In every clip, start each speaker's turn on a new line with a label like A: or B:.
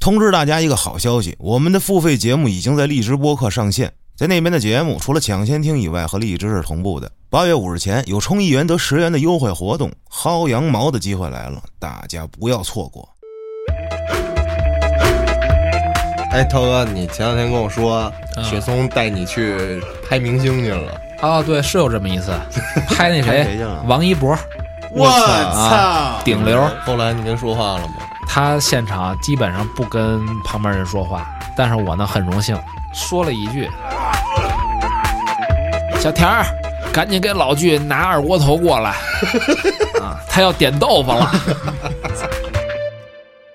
A: 通知大家一个好消息，我们的付费节目已经在荔枝播客上线，在那边的节目除了抢先听以外，和荔枝是同步的。八月五日前有充一元得十元的优惠活动，薅羊毛的机会来了，大家不要错过。
B: 哎，涛哥，你前两天跟我说，雪松带你去拍明星去了。
C: 哦，对，是有这么一 次，拍那
B: 拍谁去了
C: 王一博，
B: 我
C: 啊顶流，
B: 后来你跟说话了吗？
C: 他现场基本上不跟旁边人说话，但是我呢很荣幸说了一句：“小田儿，赶紧给老剧拿二锅头 过来啊，他要点豆腐了。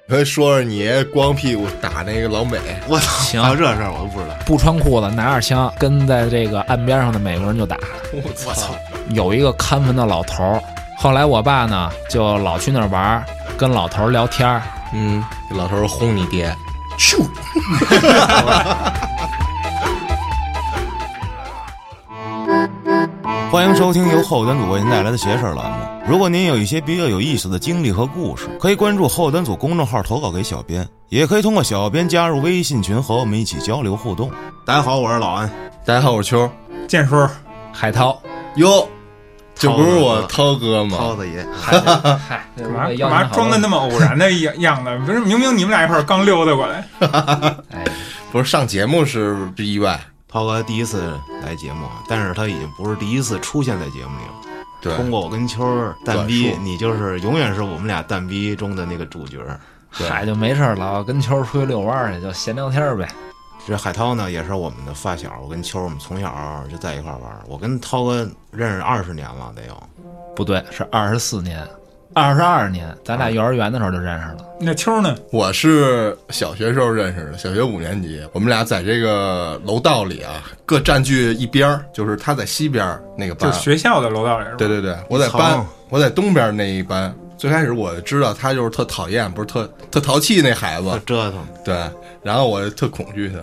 B: 说说你爷光屁股打那个老美，
D: 我操！
C: 行
D: 还有这事儿我都不知道。
C: 不穿裤子拿着枪跟在这个岸边上的美国人就打。
B: 我操！
C: 有一个看门的老头儿，后来我爸呢就老去那儿玩儿，跟老头儿聊天儿。
B: 嗯，这老头儿轰你爹，咻！
A: 欢迎收听由后端组为您带来的“邪事儿”栏目。如果您有一些比较有意思的经历和故事，可以关注后端组公众号投稿给小编，也可以通过小编加入微信群和我们一起交流互动。
D: 大家好，我是老安。
B: 大家好，我是秋。
E: 建叔，
C: 海涛，
B: 哟，这不是我
D: 涛哥
B: 涛哥
D: 涛
B: 吗？
D: 子爷，
C: 嗨，
E: 干嘛啊干嘛装的那么偶然的样 样子？不是明明你们俩一块儿刚溜达过来，
C: 哎，
B: 不是上节目是是意外，
D: 涛哥第一次来节目，啊但是他已经不是第一次出现在节目里了。
B: 对，
D: 通过我跟秋儿蛋
B: 转
D: 逼
B: 述，
D: 你就是永远是我们俩蛋逼中的那个主角。
B: 对
C: 嗨，就没事儿老跟球儿出去遛弯儿去，就闲聊天儿呗。
D: 这海涛呢，也是我们的发小，我跟秋儿我们从小就在一块儿玩儿。我跟涛哥认识二十年了，得有。
C: 不对，是二十四年，二十二年，咱俩幼儿园的时候就认识了。
E: 那秋呢？
B: 我是小学时候认识的，小学五年级，我们俩在这个楼道里啊，各占据一边儿，就是他在西边儿那个班
E: 就，学校的楼道里是吧？
B: 啊对对对，我在
D: 你藏
B: 班，我在东边那一班。最开始我知道他就是特讨厌，不是特特淘气那孩子
D: 特，折腾，
B: 对，然后我就特恐惧他，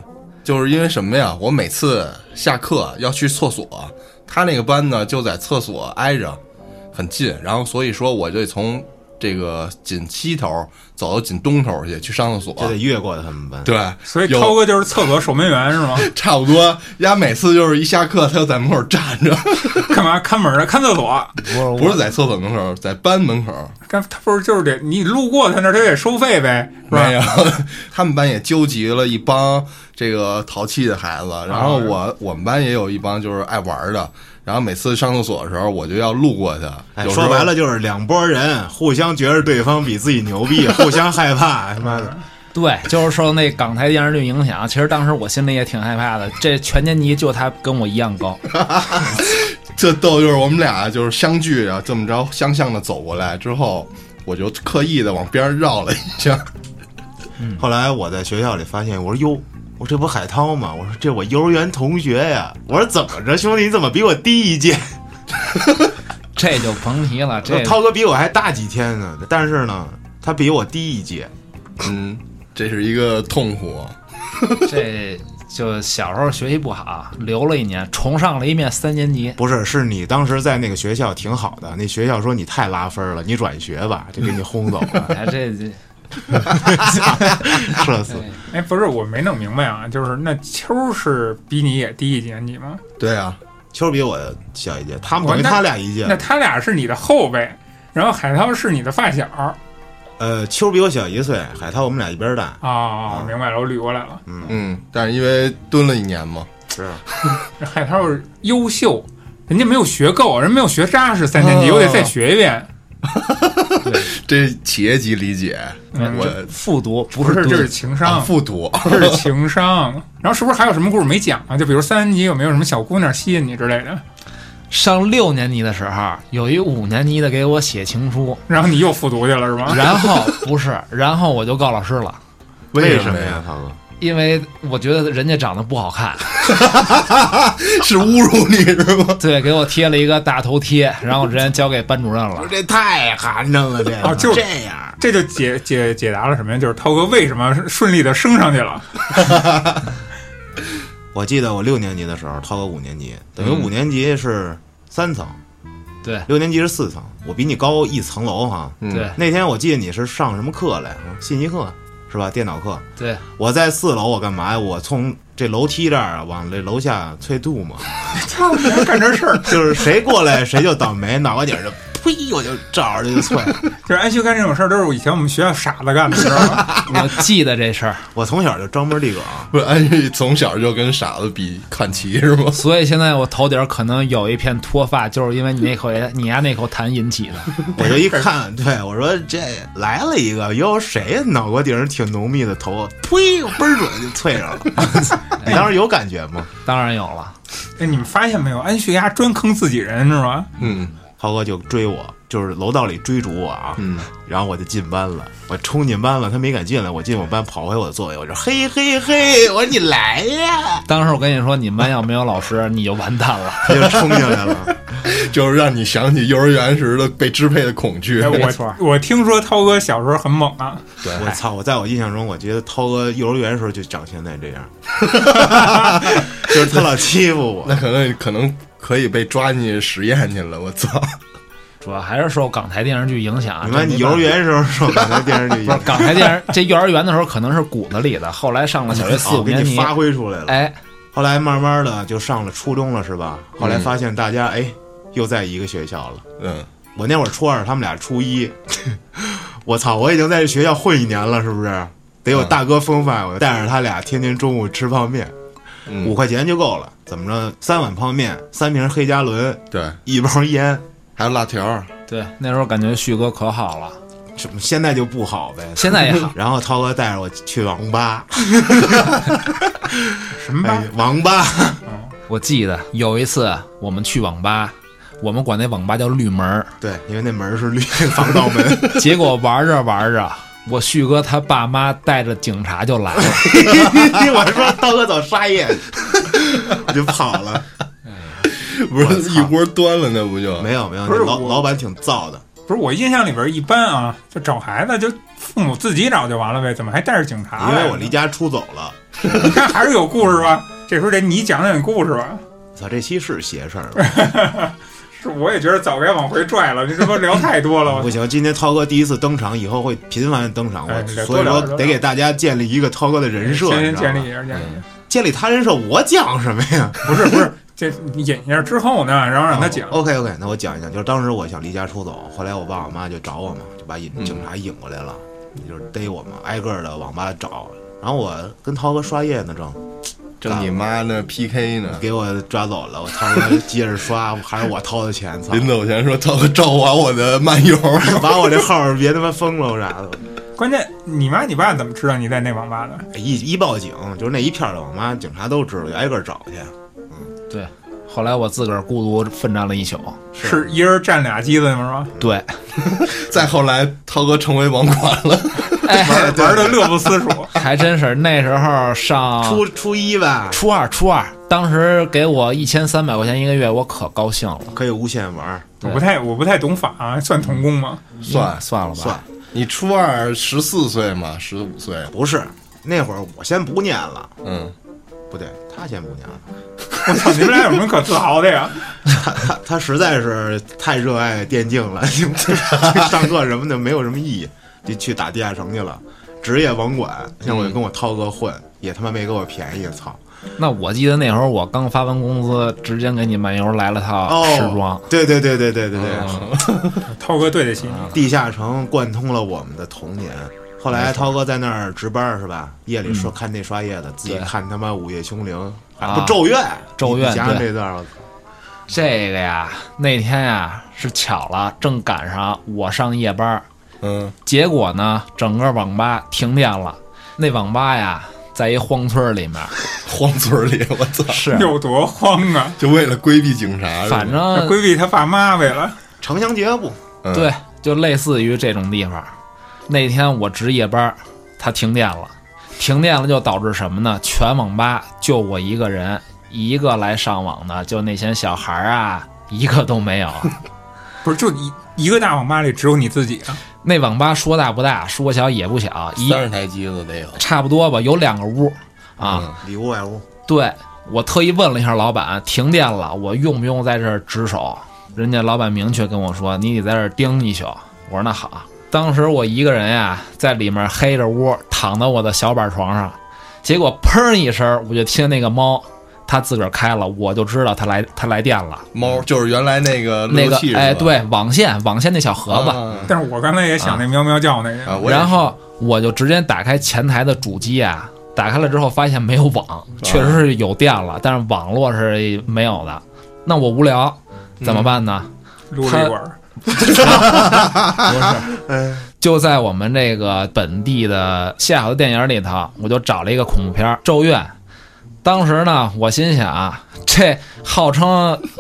B: 就是因为什么呀？我每次下课要去厕所，他那个班呢就在厕所挨着，很近，然后所以说我就得从这个紧西头走到紧东头去去上厕所，
D: 就得越过他们班。
B: 对，
E: 所以
B: 有
E: 涛哥就是厕所守门员是吗？
B: 差不多，丫每次就是一下课他就在门口站着，
E: 干嘛看门儿的？看厕所？
B: 不是在厕所门口，在班门口。
E: 干他不是就是得你路过他那儿，他得收费呗，是吧
B: 没？有， 他们班也纠集了一帮这个淘气的孩
D: 啊
B: 子，然后我我们班也有一帮就是爱玩的，然后每次上厕所的时候，我就要路过去。
D: 哎，
B: 有时候
D: 说白，了就是两拨人互相觉着对方比自己牛逼，互相害怕。他妈的，
C: 对，就是受那港台电视剧影响，其实当时我心里也挺害怕的。这全年级就他跟我一样高，
B: 这逗就是我们俩就是相聚啊，这么着相向的走过来之后，我就刻意的往边儿绕了一下。
D: 后来我在学校里发现，我说哟，我说这不海涛吗？我说这我幼儿园同学呀。我说怎么着，兄弟你怎么比我低一届？
C: 这就甭提了。这
D: 涛哥比我还大几天呢，但是呢，他比我低一届。
B: 嗯，这是一个痛苦。
C: 这就小时候学习不好，留了一年，重上了一遍三年级。
D: 不是，是你当时在那个学校挺好的，那学校说你太拉分了，你转学吧，就给你轰走 了，
C: 哎，这 这
D: 社死。
E: 哎，不是，我没弄明白啊，就是那秋是比你也低一年级吗？
B: 对啊，
D: 秋儿比我小一届，他们等于
E: 哦那
D: 他俩一届
E: 那。他俩是你的后辈，然后海涛是你的发小
D: 呃，秋儿比我小一岁，海涛我们俩一边儿大。
E: 哦，明白了，我捋过来了。
B: 啊嗯，但是因为蹲了一年嘛，
D: 是，
E: 海涛是优秀，人家没有学够，人没有学扎实，三年级
B: 哦
E: 我得再学一遍。
B: 这是企业级理解，
E: 嗯
B: 我
C: 复读不
E: 不
C: 是
E: 是，
C: 读
E: 这是情
B: 啊
E: 商，
B: 复读。
E: 这是情商。然后是不是还有什么故事没讲啊？就比如三年级有没有什么小姑娘吸引你之类的？
C: 上六年级的时候，有一五年级的给我写情书，
E: 然后你又复读去了是吧？
C: 然后不是，然后我就告老师了，
D: 为
B: 什
D: 什么
B: 么呀
D: 呀，涛哥？
C: 因为我觉得人家长得不好看，
B: 是侮辱你是吗？
C: 对，给我贴了一个大头贴，然后直接交给班主任了。
D: 这太寒碜了，这
E: 啊就是
D: 这样。
E: 这就解解解答了什么呀？就是涛哥为什么顺利的升上去了？
D: 我记得我六年级的时候，涛哥五年级，等于
B: 嗯
D: 五年级是三层，
C: 对
D: 六年级是四层，我比你高一层楼哈。
B: 嗯
C: 对，
D: 那天我记得你是上什么课来？啊信息课是吧？电脑课，
C: 对，
D: 我在四楼，我干嘛呀？我从这楼梯这儿啊往这楼下催吐嘛，
E: 操，你 还干这事儿，
D: 就是谁过来谁就倒霉，脑瓜顶儿就呸，我就照着就啐。
E: 就是安旭干这种事儿，都是我以前我们学校傻子干的，你知道吗？
C: 我记得这事儿，
D: 我从小就张门立梗，
B: 不是安逸从小就跟傻子比看棋是吗？
C: 所以现在我头顶儿可能有一片脱发，就是因为你那口你家那口痰引起的。
D: 我就一看，对我说这来了一个，哟，谁呀？脑瓜顶儿挺浓密的头，呸，倍儿准就啐上 了。你当时有感觉吗？
C: 当然有了，
E: 哎，你们发现没有？安旭丫专坑自己人是吗？
B: 嗯，
D: 涛哥就追我，就是楼道里追逐我啊。
B: 嗯，
D: 然后我就进班了，我冲进班了，他没敢进来，我进我班跑回我的座位，我说嘿嘿嘿，我说你来呀，
C: 当时我跟你说，你们班要没有老师，你就完蛋了。
D: 他就冲进来了。
B: 就是让你想起幼儿园时的被支配的恐惧
E: 哎，。
C: 没错
E: 我我听说涛哥小时候很猛啊，
D: 我操！我在我印象中，我觉得涛哥幼儿园时候就长现在这 样，就是他老欺负我。
B: 那可能可能可以被抓进实验去了，我操！
C: 主要还是受港台电视剧影响。啊
D: 你们
C: 这没办
D: 幼
C: 法
D: 儿园时候受港台电视剧影
C: 不是
D: 响，
C: 港台电视，这幼儿园的时候可能是骨子里的，后来上了小学四
D: 哦
C: 五
D: 给
C: 年
D: 你
C: 级，
D: 发挥出来了。
C: 哎，
D: 后来慢慢的就上了初中了，是吧？后来
B: 嗯
D: 发现大家哎又在一个学校了。
B: 嗯，
D: 我那会儿初二，他们俩初一， 我操！我已经在这学校混一年了，是不是？得有大哥风范，我带着他俩天天中午吃泡面，
B: 嗯
D: 五块钱就够了。怎么着？三碗泡面，三瓶黑加仑，
B: 对，
D: 一包烟，
B: 还有辣条儿，
C: 对，那时候感觉旭哥可好了，
D: 什么现在就不好呗。。
C: 现在也好
D: 然后涛哥带着我去网 吧，
E: 什么班
D: 哎？，网吧，
C: 我记得有一次我们去网吧，我们管那网吧叫绿门儿，
D: 对，因为那门是绿防盗门，
C: 结果玩着玩着，我旭哥他爸妈带着警察就来了。
D: 我说涛哥走沙 夜，我就跑了。
B: 不
D: 我
B: 是
D: 操
B: 一锅端了，那不就？
D: 没有没有，
E: 不是
D: 那老
E: 我
D: 老板挺燥的，
E: 不是我印象里边一般啊，就找孩子就父母自己找就完了呗，怎么还带着警察来
D: 因
E: 呢？
D: 为我离家出走了。
E: 你看还是有故事吧？这时候得你讲讲你故事吧。
D: 操，这期是邪事
E: 哎
D: 儿吧。
E: 是，我也觉得早该往回拽了，你这不聊太多了。
D: 不
E: 我
D: 行，今天涛哥第一次登场，以后会频繁登场，
E: 哎
D: 我
E: 对多
D: 所以说
E: 聊聊
D: 得给大家建立一个涛哥的人设，
E: 先
D: 你
E: 先
D: 知道嗯
E: 建
D: 吗
E: 立一下，建立一下。
D: 建立他人设，我讲什么呀？
E: 不是不是，这你引一下之后呢，然后让他讲。
D: OK OK，那我哦讲一讲，就是当时我想离家出走，后来我爸我妈就找我嘛，就把引
E: 嗯
D: 警察引过来了，你就是逮我嘛，挨个的网吧找。然后我跟涛哥刷夜呢，正
B: 正你妈那 PK 呢？
D: 给我抓走了，我涛哥接着刷，还是我掏的钱，操！
B: 临走前说：“涛哥，照还我的漫游。
D: 把我这号儿别他妈封了，我啥的。
E: 关键你妈你爸怎么知道你在那网吧的？
D: 一一报警，就是那一片儿的网吧，警察都知道，就挨个儿找去。
C: 对，后来我自个儿孤独奋战了一宿。
E: 是一人占俩机子吗？是吧？
C: 对，”
B: 再后来，涛哥成为网管了。
E: 玩玩的乐不 思蜀。
C: 还真是那时候上
D: 初初一吧，
C: 初二，初二，当时给我一千三百块钱一个月，我可高兴了。
D: 可以无限玩儿，
E: 我不太我不太懂法、啊，算童工吗？
B: 算
C: 嗯算了吧，
D: 算
B: 你初二十四岁嘛，十五岁，
D: 不是那会儿我先不念了，
B: 嗯，
D: 不对，他先不念了，
E: 我操，你们俩有什么可自豪的呀？
D: 他他他实在是太热爱电竞了， 就就上课什么的没有什么意义，就去打地下城去了，职业网管，像我就跟我涛哥混，也他妈没给我便宜，操！
C: 那我记得那会儿我刚发完工资，直接给你漫游来了套
D: 哦
C: 啊时装。，啊
D: 对对对对对对对，
E: 涛哥对得起你。
D: 地下城贯通了我们的童年。后来涛哥在那儿值班是吧？夜里说看那刷夜的，自己
C: 嗯对
D: 看他妈《午夜凶铃》，
C: 啊
D: 不咒怨，
C: 咒
D: 你
C: 怨
D: 想想
C: 对
D: 这段儿，我操
C: 这个呀，那天呀是巧了，正赶上我上夜班儿，
B: 嗯，
C: 结果呢，整个网吧停电了。那网吧呀，在一荒村儿里面，
B: 荒村里，我操，
C: 是，
E: 有多慌啊！
B: 就为了规避警察，是吧
C: 反正
E: 规避他爸妈为了
D: 城乡结合部。
B: 嗯
C: 对，就类似于这种地方。那天我值夜班，他停电了，停电了就导致什么呢？全网吧就我一个人，一个来上网的，就那些小孩儿啊，一个都没有。
E: 不是就一一个大网吧里只有你自己啊？
C: 那网吧说大不大，说小也不小，一
B: 三十台机子得有
C: 差不多吧，有两个屋啊。
B: 嗯
D: 里屋外屋，
C: 对我特意问了一下老板，停电了，我用不用在这儿值守？人家老板明确跟我说，你得在这儿盯一宿。我说那好，当时我一个人呀、在里面黑着屋，躺到我的小板床上，结果砰一声，我就听那个猫它自个儿开了，我就知道它来它来电了。
B: 猫就是原来那个路
C: 那
B: 由
C: 个
B: 器是吧
C: 哎，对，网线网线那小盒子，
B: 啊
E: 但是我刚才也想那喵喵叫那
B: 啊，
E: 个，
B: 我也
C: 然后我就直接打开前台的主机啊，打开了之后发现没有网，确
B: 啊
C: 实是有电了，但是网络是没有的。那我无聊怎么办呢？
E: 撸了一会儿，
C: 就在我们这个本地的下好的电影里头，我就找了一个恐怖片儿《咒怨》。当时呢，我心想啊，这号称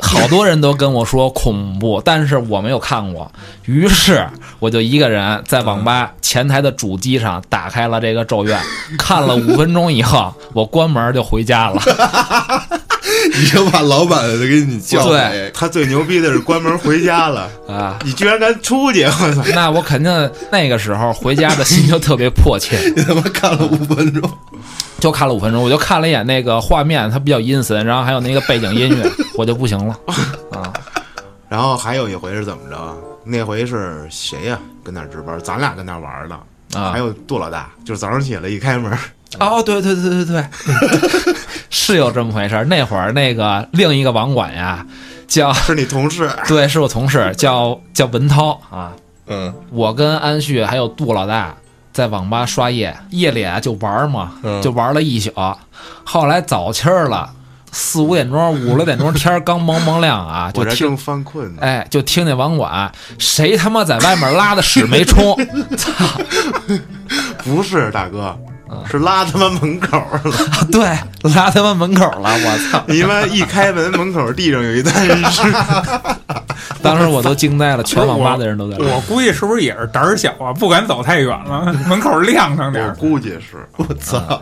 C: 好多人都跟我说恐怖，但是我没有看过。于是我就一个人在网吧前台的主机上打开了这个《咒怨》，看了五分钟以后，我关门就回家了。
B: 已经把老板都给你叫来
C: 对，
D: 他最牛逼的是关门回家了，
C: 啊，
D: 你居然敢出去！我操！
C: 那我肯定那个时候回家的心就特别迫切。
B: 你他妈看了五分钟，
C: 就看了五分钟，我就看了一眼那个画面，它比较阴森，然后还有那个背景音 乐，我就不行了啊！
D: 然后还有一回是怎么着啊？那回是谁呀、跟那儿值班，咱俩跟那儿玩儿呢。
C: 啊
D: 还有杜老大，就是早上起来一开门，
C: 哦，对对对对对，是有这么回事儿。那会儿那个另一个网管呀，叫
D: 是你同事，
C: 对，是我同事，叫叫文涛啊。
B: 嗯
C: 我跟安旭还有杜老大在网吧刷夜，夜里啊就玩儿嘛，
B: 嗯
C: 就玩儿了一宿。后来早清儿了，四五点钟、五六点钟，天儿刚蒙蒙亮啊，就
D: 我这
C: 听
D: 正犯困呢。
C: 哎，就听见网管谁他妈在外面拉的屎没 冲，
D: 不是大哥，是拉他妈门口儿了。
C: 对，拉他妈门口了，我 操！
D: 你妈一开门，门口地上有一滩屎。
C: 当时我都惊呆了，全网吧的人都在拉。
E: 我估计是不是也是胆儿小啊，不敢走太远了，门口晾上点
D: 我
E: 儿。
D: 估计是嗯
B: 我操，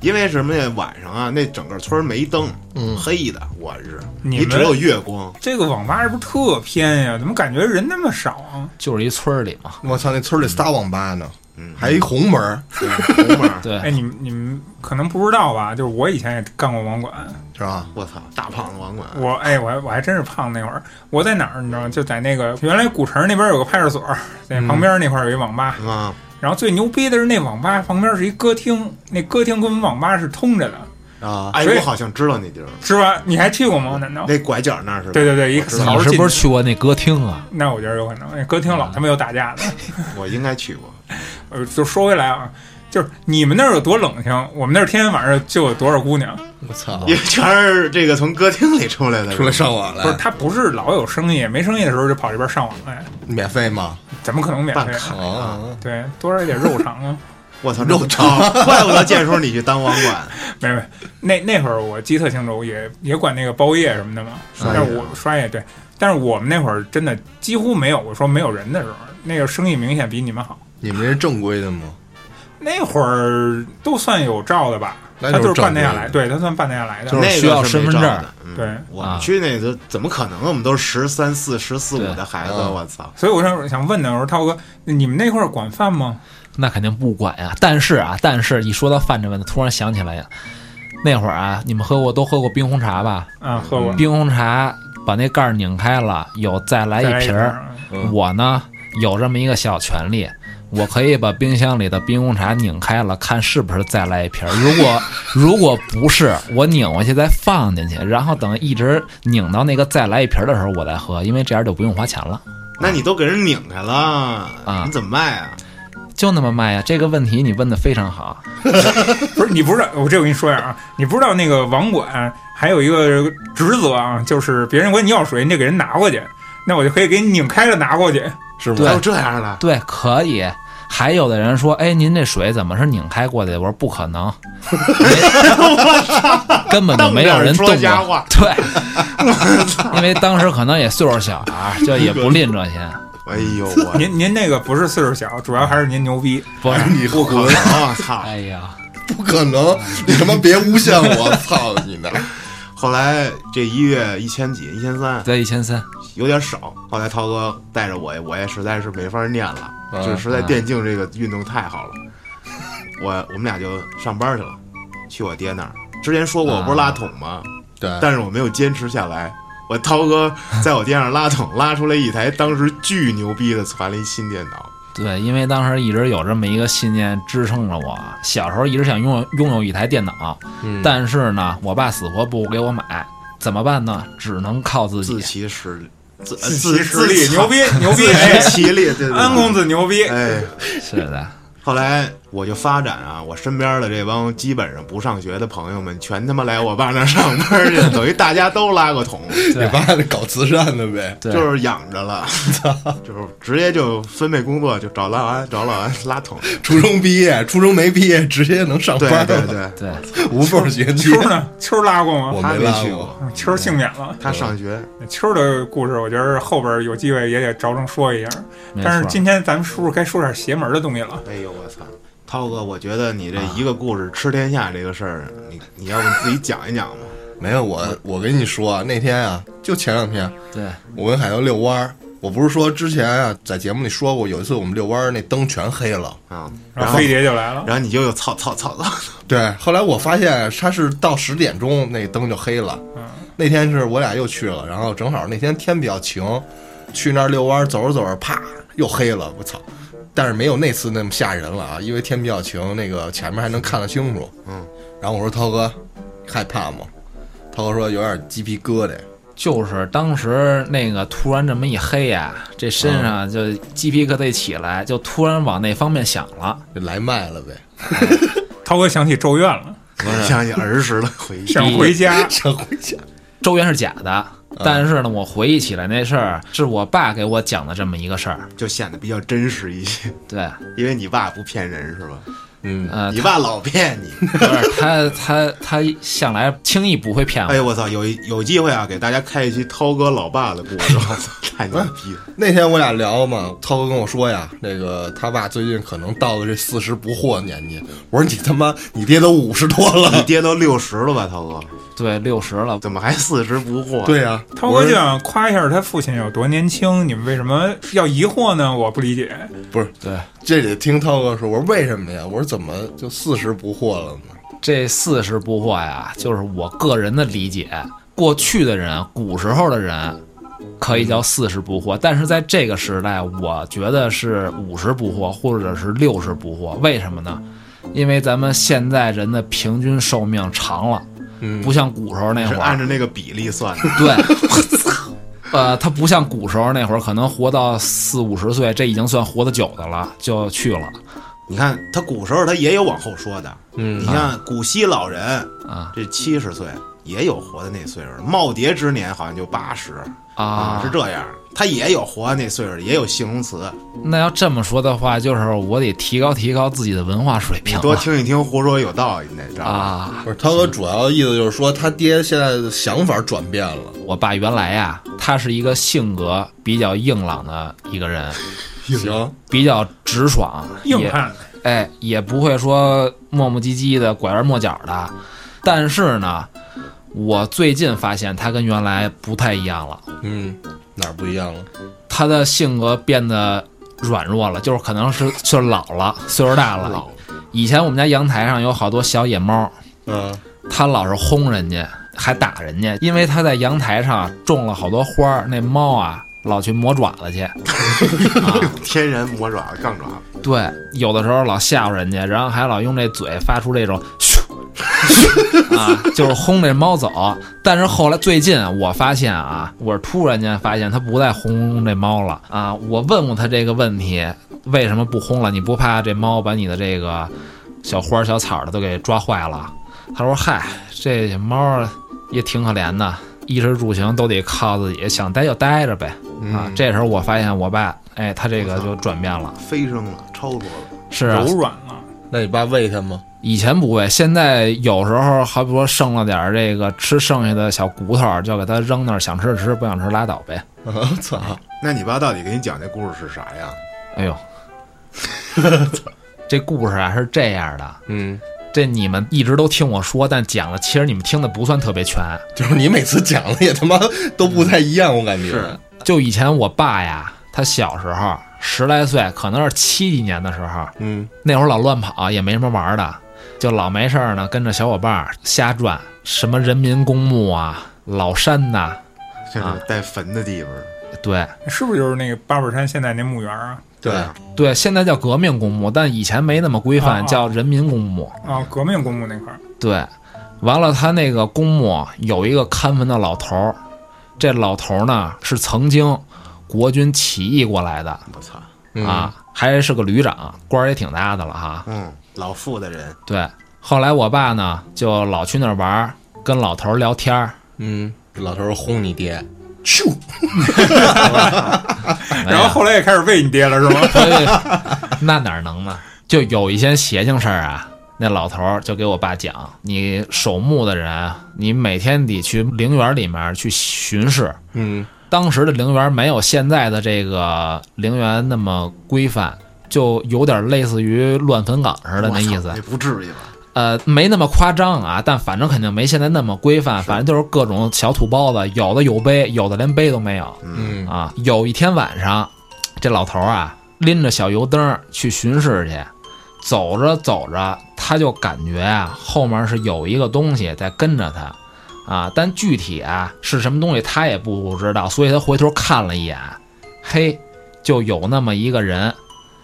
D: 因为什么呀？晚上啊，那整个村儿没灯，黑的。我日，
E: 你
D: 你
E: 们
D: 只有月光。
E: 这个网吧是不是特偏呀？怎么感觉人那么少啊？
C: 就是一村儿里嘛，
B: 我操，那村里仨网吧呢，还一红门儿
D: 对嗯红门儿
E: 哎，
C: 对，
E: 你们你们可能不知道吧？就是我以前也干过网管，
B: 是吧？
D: 我操，大胖子网管，
E: 我哎，我还我还真是胖那会儿，我在哪儿你知道吗？就在那个原来古城那边有个派出所，在旁边那块儿有一网吧，
D: 啊，
E: 然后最牛逼的是那网吧旁边是一歌厅，那歌厅跟我们网吧是通着的，
B: 啊，
D: 哎，
E: 所以
D: 我好像知道那地儿，
E: 是吧？你还去过吗？难道？
D: 那拐角那儿是吧？
E: 对对对，一
D: 我
E: 个
D: 知道
E: 槽
C: 你
E: 儿
C: 是
E: 进
C: 不
E: 去
C: 是。去过那歌厅啊？
E: 那我觉得有可能，那歌厅老他妈有打架的。
D: 我应该去过。
E: 呃，就说回来啊，就是你们那儿有多冷清，我们那儿天天晚上就有多少姑娘。
B: 我操
D: 因，为全是这个从歌厅里出来的，
B: 哦出来上网
E: 不是，
B: 来，
E: 他不是老有生意，没生意的时候就跑这边上网来，
B: 免费吗？
E: 怎么可能免
D: 办
E: 费？
D: 卡
B: 啊，
E: 对，多少有点肉肠啊。
D: 我操，
B: 肉
D: 肠，怪不得建叔你去当网管，
E: 没没，那那会儿我记得特清楚，我也也管那个包夜什么的嘛。但是我刷夜对，但是我们那会儿真的几乎没有我说没有人的时候，那个生意明显比你们好。
B: 你们这是正规的吗？
E: 那会儿都算有照的吧，
B: 那
E: 他
B: 就是
E: 就是办
B: 照
E: 那
B: 顾
E: 下来，对他算办那下来的。
D: 那个
C: 需要
D: 是没
C: 身份
D: 招
C: 证
D: 的。嗯
E: 对
D: 我
C: 啊
D: 们去那个怎么可能？我们都是十三四、十四五
C: 对
D: 的孩子，
B: 嗯
D: 我操！
E: 所以我想想问的，我说涛哥，你们那块儿管饭吗？
C: 那肯定不管呀。但是啊，但是一说到饭这问题，突然想起来呀，那会儿啊，你们喝过都喝过冰红茶吧？
E: 啊，喝过。
C: 冰红茶把那盖儿拧开了，有再来
E: 再来
C: 一瓶儿。
E: 啊
B: 嗯
C: 我呢有这么一个小权利，我可以把冰箱里的冰红茶拧开了，看是不是再来一瓶儿。如果 如果不是，我拧回去再放进去，然后等一直拧到那个再来一瓶儿的时候我再喝，因为这样就不用花钱了。
D: 那你都给人拧开了，你怎么卖啊？
C: 就那么卖呀、这个问题你问的非常好。
E: 不是你不知道，我这我跟你说一下啊，你不知道那个网管还有一个职责啊，就是别人管你要水，你得给人拿过去，那我就可以给你拧开了拿过去。
B: 是吗？
C: 对
D: 还有这样的？
C: 对，可以。还有的人说，哎，您这水怎么是拧开过的？我说不可能，没根本就没有人动
D: 瞪着说瞎
C: 过
D: 话。
C: 对，因为当时可能也岁数小啊，就也不吝这些。
D: 哎 呦，我
E: 您您那个不是岁数小，主要还是您牛逼。
C: 不是，
B: 哎你不可
D: 我我操！
C: 哎呀，
B: 不可 能，你他妈别诬陷我！操你的！
D: 后来这一月一千几、一千三，
C: 在一千三，
D: 有点少。后来涛哥带着我，我也实在是没法念了，
B: 嗯
D: 就是实在
C: 啊
D: 电竞这个运动太好了。我我们俩就上班去了，去我爹那儿。之前说过我不
C: 啊
D: 是拉桶吗？
B: 对，
D: 但是我没有坚持下来。我涛哥在我店上拉桶，拉出来一台当时巨牛逼的传了一新电脑，
C: 对，因为当时一直有这么一个信念支撑着我，小时候一直想拥有拥有一台电脑，
B: 嗯
C: 但是呢，我爸死活不给我买，怎么办呢？只能靠自己
D: 自。其实力，自
E: 呃自其实
D: 自
E: 力，牛 逼牛逼！哎
D: 自，其力，对对对。
E: 安公子牛逼！
D: 哎，
C: 是的，
D: 后来我就发展啊，我身边的这帮基本上不上学的朋友们，全他妈来我爸那儿上班去，等于大家都拉过桶，
B: 你爸搞慈善的呗，
C: 对，
D: 就是养着了，就是直接就分配工作，就找老安，找老安拉桶。
B: 初中毕业，初中没毕业直接能上
D: 对
B: 班
D: 对
B: 了，
D: 对，
C: 对，
B: 无缝衔接
E: 秋。儿呢？秋儿拉过吗
B: 我？
D: 他
B: 没
D: 没
B: 拉
D: 去
B: 过，
E: 嗯秋儿幸免了。
D: 他上学，
E: 秋儿的故事，我觉得后边有机会也得着重说一下。
C: 没
E: 但是
C: 错
E: 今天咱们是不是该说点邪门的东西了？
D: 哎呦我操！涛哥，我觉得你这一个故事吃天下这个事儿，你你要不自己讲一讲吧？
B: 没有我，我跟你说啊，那天啊，就前两天，
C: 对，
B: 我跟海洋遛弯儿，我不是说之前啊，在节目里说过，有一次我们遛弯儿，那灯全黑了。
D: 啊，
E: 然
D: 然
E: 后
D: 后
E: 飞碟就来了，
D: 然后你就有操操操操，
B: 对，后来我发现它是到十点钟那灯就黑了。
E: 嗯
B: 那天是我俩又去了，然后正好那天天比较晴，去那儿遛弯，走着走着，啪又黑了，我操！但是没有那次那么吓人了啊，因为天比较晴，那个前面还能看得清楚。
D: 嗯，
B: 然后我说涛哥，害怕吗？涛哥说有点鸡皮疙瘩。
C: 就是当时那个突然这么一黑呀、这身
D: 嗯
C: 上就鸡皮疙瘩起来，就突然往那方面想了。
B: 就来卖了呗，
E: 涛哥想起咒怨了，
D: 想起儿时的回忆。
E: 想 回家。
B: 想回家。
C: 周元是假的，
D: 嗯
C: 但是呢，我回忆起来那事儿是我爸给我讲的这么一个事儿。
D: 就显得比较真实一些，
C: 对，
D: 因为你爸不骗人是吧？
B: 嗯，
C: 呃，
D: 你爸老骗你。
C: 不是他他他向来轻易不会骗我。
D: 哎呦我操，有一有机会啊，给大家开一期涛哥老爸的故事，我操，太牛逼了！
B: 那天我俩聊嘛，涛哥跟我说呀，那个他爸最近可能到了这四十不惑年纪。我说你他妈，你爹都五十多
D: 你
B: 了。
D: 爹都六十了吧，涛哥，
C: 对，六十了，
D: 怎么还四十不惑？，
B: 对呀、
E: 涛哥就想夸一下他父亲有多年轻，你们为什么要疑惑呢？我不理解。
B: 不是
C: 对，
B: 这得听涛哥说。我说为什么呀？我说怎么就四十不惑了呢？
C: 这四十不惑呀，就是我个人的理解。过去的人，古时候的人，可以叫四十不惑，但是在这个时代，我觉得是五十不惑，或者是六十不惑。为什么呢？因为咱们现在人的平均寿命长了，
B: 嗯
C: 不像古时候那
D: 是
C: 会
D: 按
C: 儿，
D: 照那个比例算的。
C: 对， 呃，他不像古时候那会儿，可能活到四五十岁，这已经算活得久的了，就去了
D: 你看他古时候他也有往后说的，你
B: 嗯，
D: 像古稀老人
C: 啊
D: 这七十岁也有活的那岁数的，耄耋之年好像就八十
C: 啊！
D: 是这样。他也有活的那岁数的，也有形容词。
C: 那要这么说的话，就是我得提高提高自己的文化水平啊
D: 多
C: 了
D: 听一听，胡说有道，你得知道吧？
C: 啊！
B: 不是涛哥主要意思就是说他爹现在的想法转变了。
C: 我爸原来呀，他是一个性格比较硬朗的一个人，
B: 行，
C: 比较直爽，
E: 硬
C: 也
E: 汉，
C: 哎也不会说磨磨唧唧的、拐弯抹角的。但是呢，我最近发现他跟原来不太一样了，
B: 嗯，哪儿不一样了？
C: 他的性格变得软弱了，就是可能是就是老了，岁数大了。
D: 老
C: 以前我们家阳台上有好多小野猫，
B: 嗯，
C: 他老是轰人家，还打人家，因为他在阳台上种了好多花儿，那猫啊老去磨爪子去。啊
D: 天然魔爪、杠爪，
C: 对，有的时候老吓唬人家，然后还老用这嘴发出这种咻。咻啊， 就是轰这猫走，但是后来最近我发现啊，我是突然间发现他不再轰这猫了啊。我问过他这个问题，为什么不轰了？你不怕这猫把你的这个小花儿小草儿的都给抓坏了？他说：“嗨，这猫儿也挺可怜的，衣食住行都得靠自己，想待就待着呗。”啊，这时候我发现我爸，哎，他这个就转变了。
D: 飞升了，超脱了。
C: 是啊
E: 柔，软了。
B: 那你爸喂他吗？
C: 以前不会，现在有时候好比说剩了点儿这个吃剩下的小骨头儿，就给它扔那儿，想吃吃，不想吃拉倒呗。
B: 我、操！
D: 那你爸到底给你讲这故事是啥呀？
C: 哎呦， 这故事啊是这样的，
B: 嗯，
C: 这你们一直都听我说，但讲的其实你们听的不算特别全。
B: 就是你每次讲的也他妈都不太一样，我感觉
D: 是
C: 就以前我爸呀，他小时候十来岁，可能是七几年的时候，
B: 嗯，
C: 那会儿老乱跑，也没什么玩儿的，就老没事儿呢，跟着小伙伴儿瞎转，什么人民公墓啊、老山呐、啊
D: 这是带坟的地方。
C: 对，
E: 是不是就是那个八宝山现在那墓园啊？
B: 对
C: 对，现在叫革命公墓，但以前没那么规
E: 啊啊
C: 范，叫人民公墓。
E: 啊，革命公墓那块儿，
C: 对，完了，他那个公墓有一个看坟的老头儿，这老头儿呢是曾经国军起义过来的
D: 我操，
B: 嗯
C: 啊，还是个旅长，官儿也挺大的了哈。
D: 嗯，老妇的人，
C: 对，后来我爸呢就老去那儿玩儿，跟老头儿聊天儿，
B: 嗯，老头儿轰你爹，咻，
C: 哎
E: 然后后来也开始喂你爹了是吗？
C: 所以 那哪能呢？就有一些邪性事儿啊。那老头儿就给我爸讲，你守墓的人，你每天得去陵园里面去巡视。
B: 嗯
C: 当时的陵园没有现在的这个陵园那么规范，就有点类似于乱坟岗似的那意
D: 我
C: 思
D: 操。那不至于吧？
C: 呃，没那么夸张啊，但反正肯定没现在那么规范，反正就是各种小土包子，有的有碑，有的连碑都没有。
B: 嗯
C: 啊，有一天晚上，这老头儿啊拎着小油灯儿去巡视去，走着走着，他就感觉啊后面是有一个东西在跟着他，啊，但具体啊是什么东西他也不知道，所以他回头看了一眼，嘿，就有那么一个人，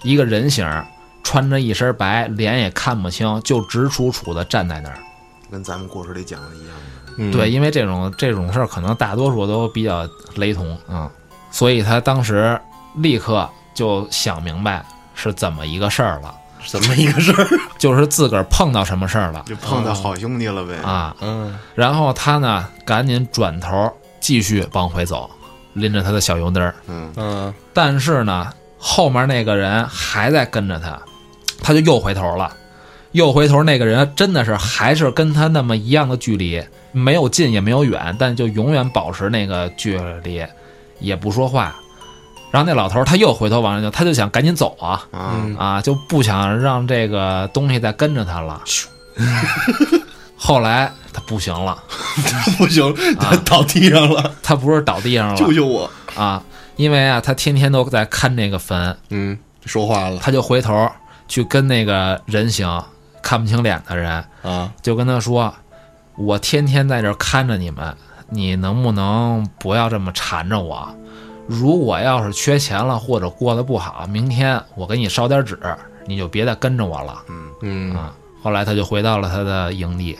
C: 一个人形儿，穿着一身白，脸也看不清，就直楚楚的站在那儿。
D: 跟咱们故事里讲的一样的，
B: 嗯
C: 对，，因为这种这种事儿可能大多数都比较雷同啊、嗯，所以他当时立刻就想明白是怎么一个事儿了，
B: 怎么一个事儿？
C: 就是自个儿碰到什么事儿了
D: 就碰到好兄弟了呗。
C: 啊。
B: 嗯
C: 然后他呢，赶紧转头继续往回走，拎着他的小油灯儿。
D: 嗯，
B: 嗯
C: 但是呢，后面那个人还在跟着他，他就又回头了。又回头，那个人真的是还是跟他那么一样的距离，没有近也没有远，但就永远保持那个距离，也不说话。然后那老头儿他又回头往上就，他就想赶紧走啊
D: 啊，
C: 啊，就不想让这个东西再跟着他了。后来他不行了，
B: 不行，他倒地上了，
C: 他不是倒地上
B: 救
C: 了
B: 救我！
C: 啊，因为啊，他天天都在看这个坟，
B: 嗯，说话了
C: 他就回头去跟那个人形看不清脸的人，
B: 啊，
C: 就跟他说：“我天天在这儿看着你们，你能不能不要这么缠着我？如果要是缺钱了或者过得不好，明天我给你烧点纸，你就别再跟着我了。
B: 嗯，
C: 啊”后来他就回到了他的营地，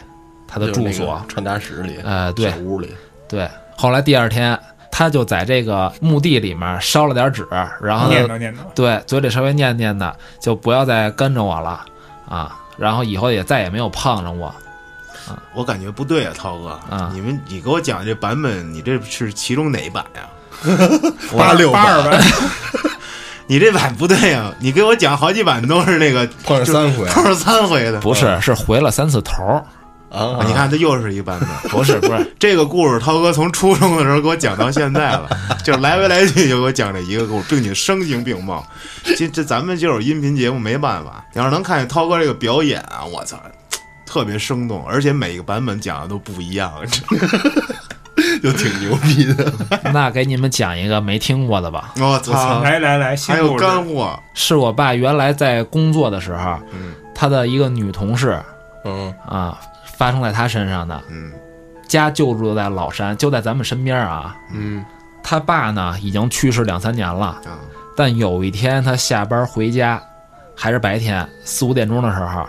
C: 他的
B: 就是
C: 住
B: 那
C: 所。
B: 个传达室里，
C: 呃，对
B: 小屋里，
C: 对。后来第二天，他就在这个墓地里面烧了点纸，然后
B: 嗯
E: 念叨念叨，
C: 对，嘴里稍微念念的，就不要再跟着我了啊。然后以后也再也没有碰着我。
D: 我感觉不对啊，涛哥
C: 啊，
D: 你们你给我讲这版本，你这是其中哪一版呀？
B: 八六
E: 八二版，
D: 你这版不对 呀，你给我讲好几版都是那个
B: 碰上三回
D: 碰上三回的。
C: 不是，是回了三次头儿。
B: 啊
D: 啊，你看，这又是一版本。
C: 不是，不 是，
D: 这个故事，涛哥从初中的时候给我讲到现在 了，就是来回来去就给我讲这一个故事，并且声情并茂。这这咱们就是音频节目，没办法。要是能看见涛哥这个表演啊，我操，特别生动，而且每个版本讲的都不一样。
B: 就挺牛逼的，
C: 那给你们讲一个没听过的吧。
D: 我操，
E: 来来来，新
D: 还有
E: 故事
D: 干货，
C: 是我爸原来在工作的时候，他的一个女同事
B: 嗯
C: 啊，发生在他身上的。
D: 嗯，
C: 家就住在老山，就在咱们身边啊。
B: 嗯
C: 他爸呢已经去世两三年了，
D: 啊
C: 但有一天他下班回家，还是白天四五点钟的时候，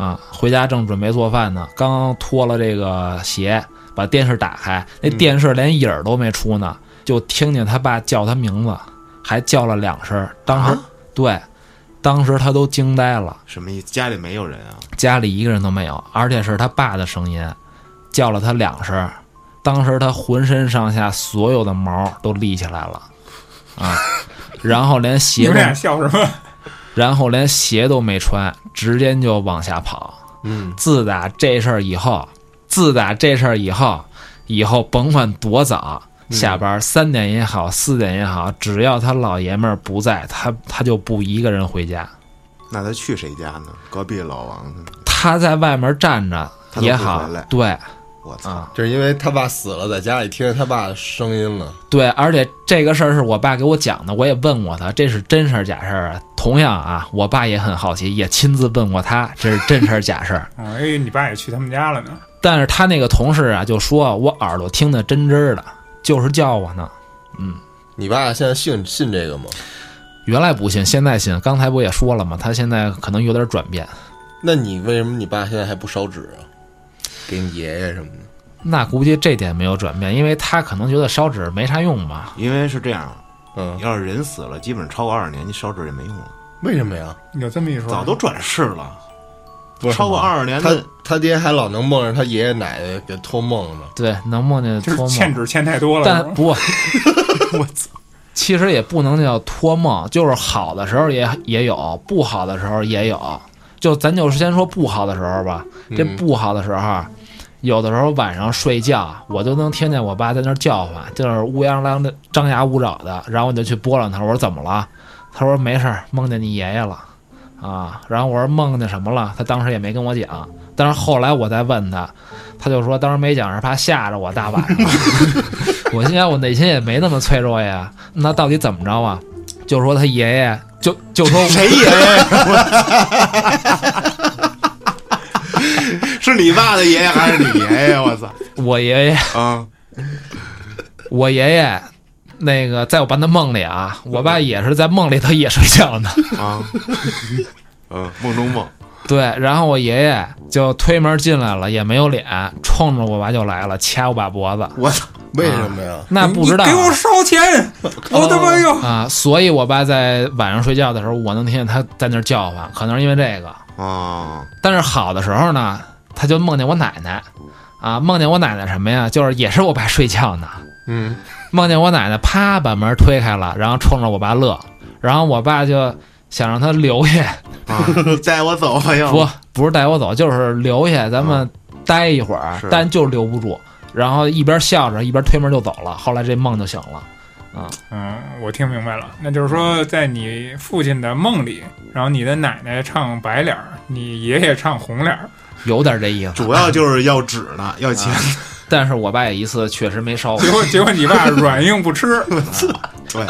C: 啊，回家正准备做饭呢，刚脱了这个鞋，把电视打开，那电视连影儿都没出呢，就听见他爸叫他名字，还叫了两声儿。当时、对，当时他都惊呆了，
D: 什么意思？家里没有人啊？
C: 家里一个人都没有，而且是他爸的声音，叫了他两声儿。当时他浑身上下所有的毛都立起来了，啊，然后连
E: 你
C: 鞋
E: 们
C: 都
E: 俩笑什么？
C: 然后连鞋都没穿，直接就往下跑。
B: 嗯，
C: 自打这事儿以后，自打这事儿以后，以后甭管多早
D: 嗯
C: 下班，三点也好，四点也好，只要他老爷们儿不在，他他就不一个人回家。
D: 那他去谁家呢？隔壁老王呢？
C: 他在外面站着
D: 他都不
C: 也好
D: 回来，
C: 对
D: 我操！
C: 啊，
B: 就是因为他爸死了，在家里听见他爸的声音了，
C: 对，而且这个事儿是我爸给我讲的，我也问过他，这是真事儿假事儿啊？同样啊，我爸也很好奇，也亲自问过他，这是真事儿假事儿？
E: 啊，哎，你爸也去他们家了呢，
C: 但是他那个同事啊，就说我耳朵听得真真儿的，就是叫我呢。
B: 你爸现在信信这个吗？
C: 原来不信，现在信。刚才不也说了吗？他现在可能有点转变。
B: 那你为什么你爸现在还不烧纸啊？给你爷爷什么的？
C: 那估计这点没有转变，因为他可能觉得烧纸没啥用吧。
D: 因为是这样，
B: 嗯，
D: 要是人死了，基本上超过二十年，你烧纸也没用了，
B: 为什么呀？
E: 有这么一说，
D: 早都转世了。
B: 不是
D: 超过二十年
B: 他
D: 的，
B: 他爹还老能梦着他爷爷奶奶给托梦呢。
C: 对，能梦见
E: 就
C: 托
E: 是
C: 梦，
E: 欠纸欠太多了。是
C: 但
E: 吧
C: 不，我操，其实也不能叫托梦，就是好的时候也也有，不好的时候也有。就咱就先说不好的时候吧，这
B: 嗯
C: 不好的时候啊，有的时候晚上睡觉，啊我都能听见我爸在那儿叫唤，就是乌泱啷的张牙舞爪的，然后我就去拨弄他，我说怎么了？他说没事儿，梦见你爷爷了啊。然后我说梦见什么了？他当时也没跟我讲，但是后来我再问他，他就说当时没讲是怕吓着我大晚上。我心想我内心也没那么脆弱呀，那到底怎么着啊？就说他爷爷就就说
D: 哎
C: 谁爷
D: 是你爸的爷爷还是你爷爷？我操！
C: 我爷爷
D: 啊，
C: 我爷爷，那个在我爸的梦里啊，我爸也是在梦里头也睡觉呢。
D: 啊，嗯，梦中梦，
C: 对，然后我爷爷就推门进来了，也没有脸，冲着我爸就来了，掐我爸脖子。
D: 我操！
B: 为什么呀？
C: 那不知道
E: 你给我烧钱，我他妈要
C: 啊，所以我爸在晚上睡觉的时候，我能听见他在那儿叫唤，可能是因为这个。
D: 啊，
C: 但是好的时候呢，他就梦见我奶奶，啊，梦见我奶奶什么呀？就是也是我爸睡觉呢，
B: 嗯，
C: 梦见我奶奶啪把门推开了，然后冲着我爸乐，然后我爸就想让他留下，
D: 啊，你带我走吧，要
C: 不不是带我走，就是留下，咱们待一会儿，
D: 嗯是
C: 但就是留不住。然后一边笑着一边推门就走了。后来这梦就醒了，
E: 嗯，我听明白了，那就是说，在你父亲的梦里，然后你的奶奶唱白脸儿，你爷爷唱红脸儿，
C: 有点这意思。
D: 主要就是要纸呢，要钱。
C: 但是我爸也一次确实没烧过
E: 结，果结果你爸软硬不吃，
D: 对，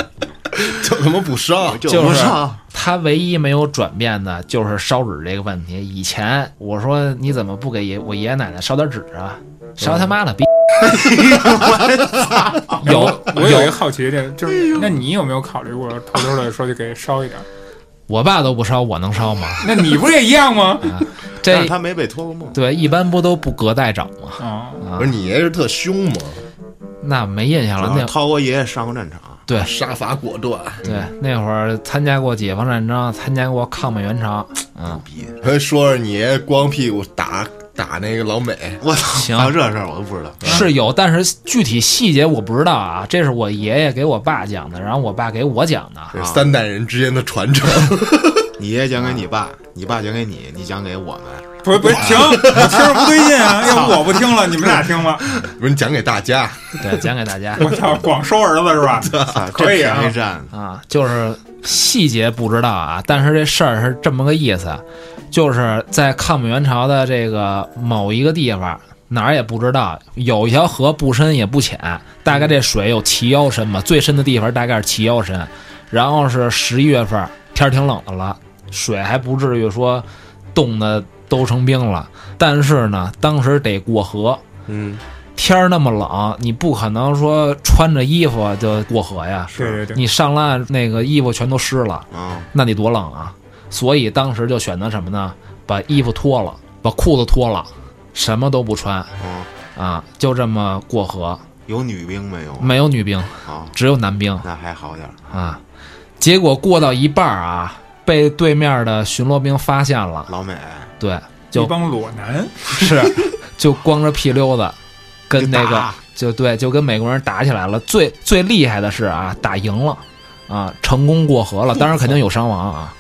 B: 就他妈不上，
D: 就
C: 就是
D: 不上
C: 他唯一没有转变的就是烧纸这个问题。以前我说你怎么不给爷我爷爷奶奶烧点纸啊？烧他妈了逼！
D: 哎
C: 有
E: 我有一个好奇，这就是，那你有没有考虑过偷偷的说就给烧一点儿？
C: 我爸都不烧，我能烧吗？
E: 那你不是也一样吗？
D: 但
C: 这
D: 是他没被托过梦。
C: 对一般不都不隔代长吗？
E: 啊、
C: 啊
B: 不是，你爷是特凶吗？
C: 那没印象了。
D: 然后
C: 那
D: 涛哥爷爷上过战场，
C: 对，
B: 杀伐果断，
C: 对，那会儿参加过解放战争，参加过抗美援朝。嗯，
B: 还说是你爷光屁股打打那个老美，
D: 我操！
C: 行
D: 还有这事儿我都不知道。
C: 是有，但是具体细节我不知道啊。这是我爷爷给我爸讲的，然后我爸给我讲的。
D: 啊
B: 这是三代人之间的传承。
D: 你爷爷讲给你爸，你爸讲给你，你讲给我们。
E: 不不停，我听着不对劲啊！要不我不听了，你们俩听吧。
B: 不是你讲给大家，
C: 对，讲给大 家
E: 我操，光收儿子是吧？
D: 啊
E: 可以啊
D: 这便宜占
C: 啊，就是细节不知道啊，但是这事儿是这么个意思，就是在抗美援朝的这个某一个地方。哪儿也不知道，有一条河不深也不浅，大概这水有齐腰深吧，最深的地方大概是齐腰深。然后是十一月份，天儿挺冷的了，水还不至于说冻得都成冰了。但是呢，当时得过河，
B: 嗯，
C: 天儿那么冷，你不可能说穿着衣服就过河呀。
E: 对对对，
C: 你上了岸那个衣服全都湿了，
D: 啊！
C: 那得多冷啊！所以当时就选择什么呢？把衣服脱了，把裤子脱了，什么都不穿
D: 嗯，
C: 啊，就这么过河。
D: 有女兵没有？
C: 没有女兵，
D: 啊，
C: 只有男兵
D: 那还好点儿。
C: 啊。结果过到一半儿啊，被对面的巡逻兵发现了，
D: 老美
C: 对，
E: 一
C: 就
E: 帮裸男，
C: 是就光着屁溜子，跟那
D: 就
C: 个
D: 打
C: 就对，就跟美国人打起来了。最最厉害的是啊，打赢了啊，成功过河了。当然肯定有伤亡啊，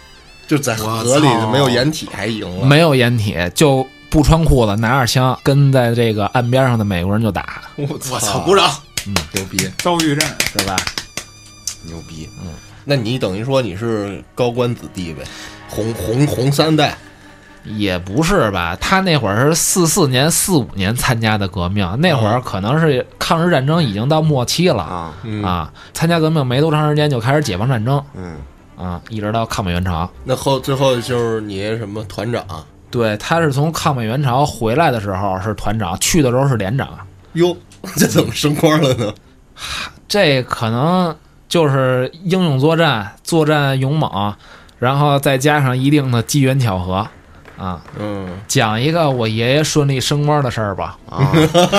B: 就在河里没有掩体还赢了。
C: 没有掩体，就不穿裤子，拿着枪跟在这个岸边上的美国人就打，
B: 我嗯
D: 我操！鼓，掌，
B: 牛逼！
E: 遭遇战，
C: 对吧？
D: 牛逼！
B: 那你等于说你是高官子弟呗，红红红三代，
C: 也不是吧，他那会儿是四四年、四五年参加的革命，那会儿可能是抗日战争已经到末期了、
D: 啊，
B: 嗯，
C: 啊，参加革命没多长时间就开始解放战争
D: 嗯，
C: 啊，一直到抗美援朝。
B: 那后最后就是你什么团长
C: 对，他是从抗美援朝回来的时候是团长，去的 时候是连长，
B: 哟，这怎么升官了呢？
C: 这可能就是英勇作战，作战勇猛，然后再加上一定的机缘巧合，啊，
B: 嗯，
C: 讲一个我爷爷顺利升官的事儿吧。
D: 啊，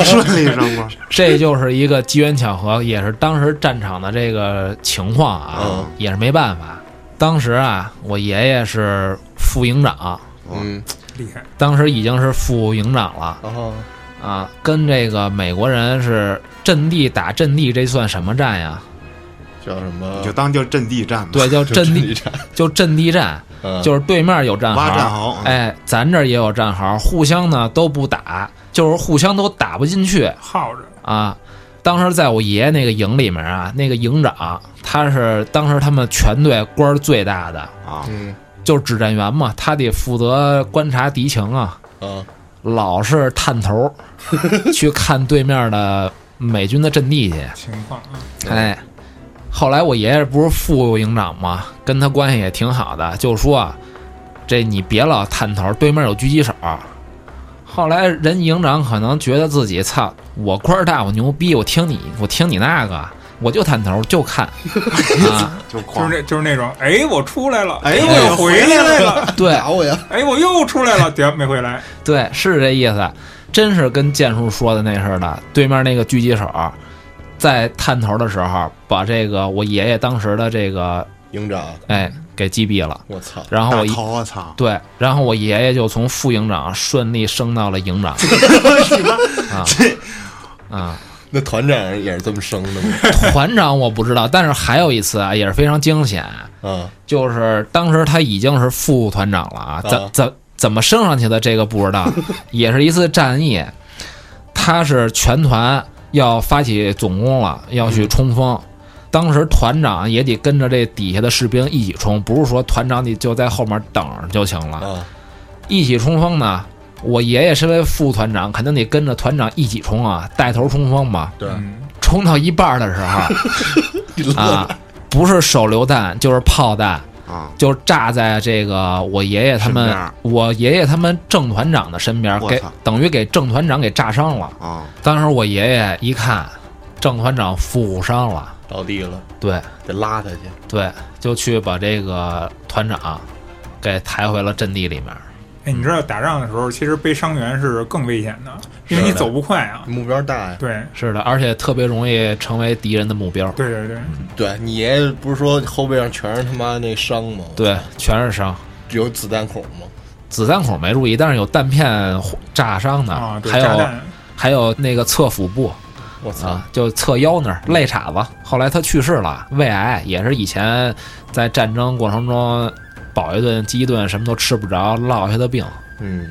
D: 顺利升官，
C: 这就是一个机缘巧合，也是当时战场的这个情况啊，
B: 嗯
C: 也是没办法。当时啊，我爷爷是副营长，
B: 嗯，
E: 厉害，
C: 当时已经是副营长了
B: 然后
C: 啊，跟这个美国人是阵地打阵地，这算什么战呀？
B: 叫什么？
D: 你就当就阵地战吧，
C: 对，叫 阵地，
B: 战，
C: 就阵地战，
B: 嗯
C: 就是对面有战
D: 挖战
C: 壕，
D: 壕，
C: 哎，咱这儿也有战壕，互相呢都不打，就是互相都打不进去，
E: 耗着，
C: 啊，当时在我爷爷那个营里面啊，那个营长他是当时他们全队官儿最大的，
D: 啊，
B: 嗯
C: 就是指战员嘛，他得负责观察敌情啊，
B: 啊，
C: 老是探头儿去看对面的美军的阵地去。
E: 情况啊，
C: 哎，后来我爷爷不是副营长嘛，跟他关系也挺好的，就说啊这你别老探头儿，对面有狙击手。后来人营长可能觉得自己操，我官儿大，我牛逼，我听你，我听你那个，我就探头儿就看啊，
D: 就
E: 就是
D: 狂，
E: 那就是那种，哎，我出来了，
D: 哎
E: 我
D: 我
E: 又回来了，
C: 对
B: 打我呀！
E: 哎，我又出来了，点没回来，
C: 对，是这意思，真是跟剑叔说的那似的，对面那个狙击手在探头儿的时候，把这个我爷爷当时的这个
B: 营长，
C: 哎给击毙了，
B: 我操！
C: 然后
D: 大
C: 我
D: 头，我操，
C: 对，然后我爷爷就从副营长顺利升到了营 长
D: 你妈
C: 啊
D: 这
C: 啊。
B: 那团长也是这么生的吗？
C: 团长我不知道，但是还有一次啊，也是非常惊险，
B: 啊，
C: 就是当时他已经是副团长了
B: 啊
C: 啊，怎怎怎么升上去的这个不知 道，也是一次战役，他是全团要发起总攻了，要
B: 嗯
C: 去冲锋。当时团长也得跟着这底下的士兵一起冲，不是说团长你就在后面等着就行了。
B: 啊，
C: 一起冲锋呢，我爷爷身为副团长，肯定得跟着团长一起冲啊，带头冲锋嘛。
B: 对，
E: 嗯，
C: 冲到一半儿的时候，
B: 一 乐
C: 啊，不是手榴弹就是炮弹，
D: 啊，
C: 就炸在这个我爷爷他
D: 身
C: 们
D: 边儿，
C: 我爷爷他们郑团长的身边儿，
D: 我
C: 给
D: 操
C: 等于给郑团长给炸伤了。
D: 啊，
C: 当时我爷爷一看，郑团长负伤了，
B: 倒地了，
C: 对
B: 得拉他去。
C: 对，就去把这个团长给抬回了阵地里面儿。
E: 哎，你知道打仗的时候，其实背伤员是更危险的，因为你
C: 是的
E: 走不快啊，
B: 目标大呀！
E: 对，
C: 是的，而且特别容易成为敌人的目标。
E: 对对对，
D: 嗯
B: 对你爷爷不是说后背上全是他妈那伤吗？，
C: 对，全是伤，
B: 有子弹孔吗？
C: 子弹孔没注意，但是有弹片炸伤的，
E: 啊，对，
C: 还
E: 炸
C: 有
E: 弹，
C: 还有那个侧腹部，
B: 我操！
C: 啊，就侧腰那儿肋叉子。后来他去世了，胃癌也是以前在战争过程中饱一顿饥一顿，什么都吃不着，落下的 病。
B: 嗯，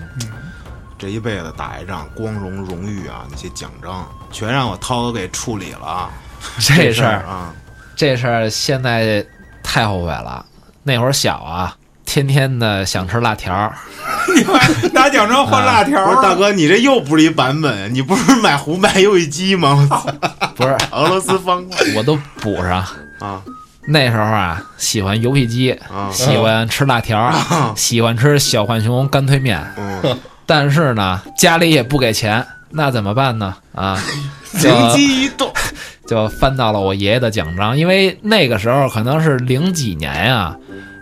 D: 这一辈子打一仗，光荣、荣誉啊，那些奖章全让我涛哥给处理了啊，
C: 这
D: 事
C: 事
D: 儿
C: 儿，
D: 啊，
C: 这事儿现在太后悔了。那会儿小啊，天天的想吃辣条儿，
E: 你妈拿奖状换辣条
D: 啊不是
E: 儿，
D: 大哥，你这又不是一版本，你不是买红白游戏机吗？ 我操
C: 不是，
D: 俄罗斯方块
C: 我都补上。
D: 啊
C: 那时候啊，喜欢游戏机，
D: 啊，
C: 喜欢吃辣条儿，喜欢吃小浣熊干脆面。
D: 嗯，
C: 但是呢，家里也不给钱，那怎么办呢？啊，就
D: 灵机一动，
C: 就翻到了我爷爷的奖章，因为那个时候可能是零几年呀、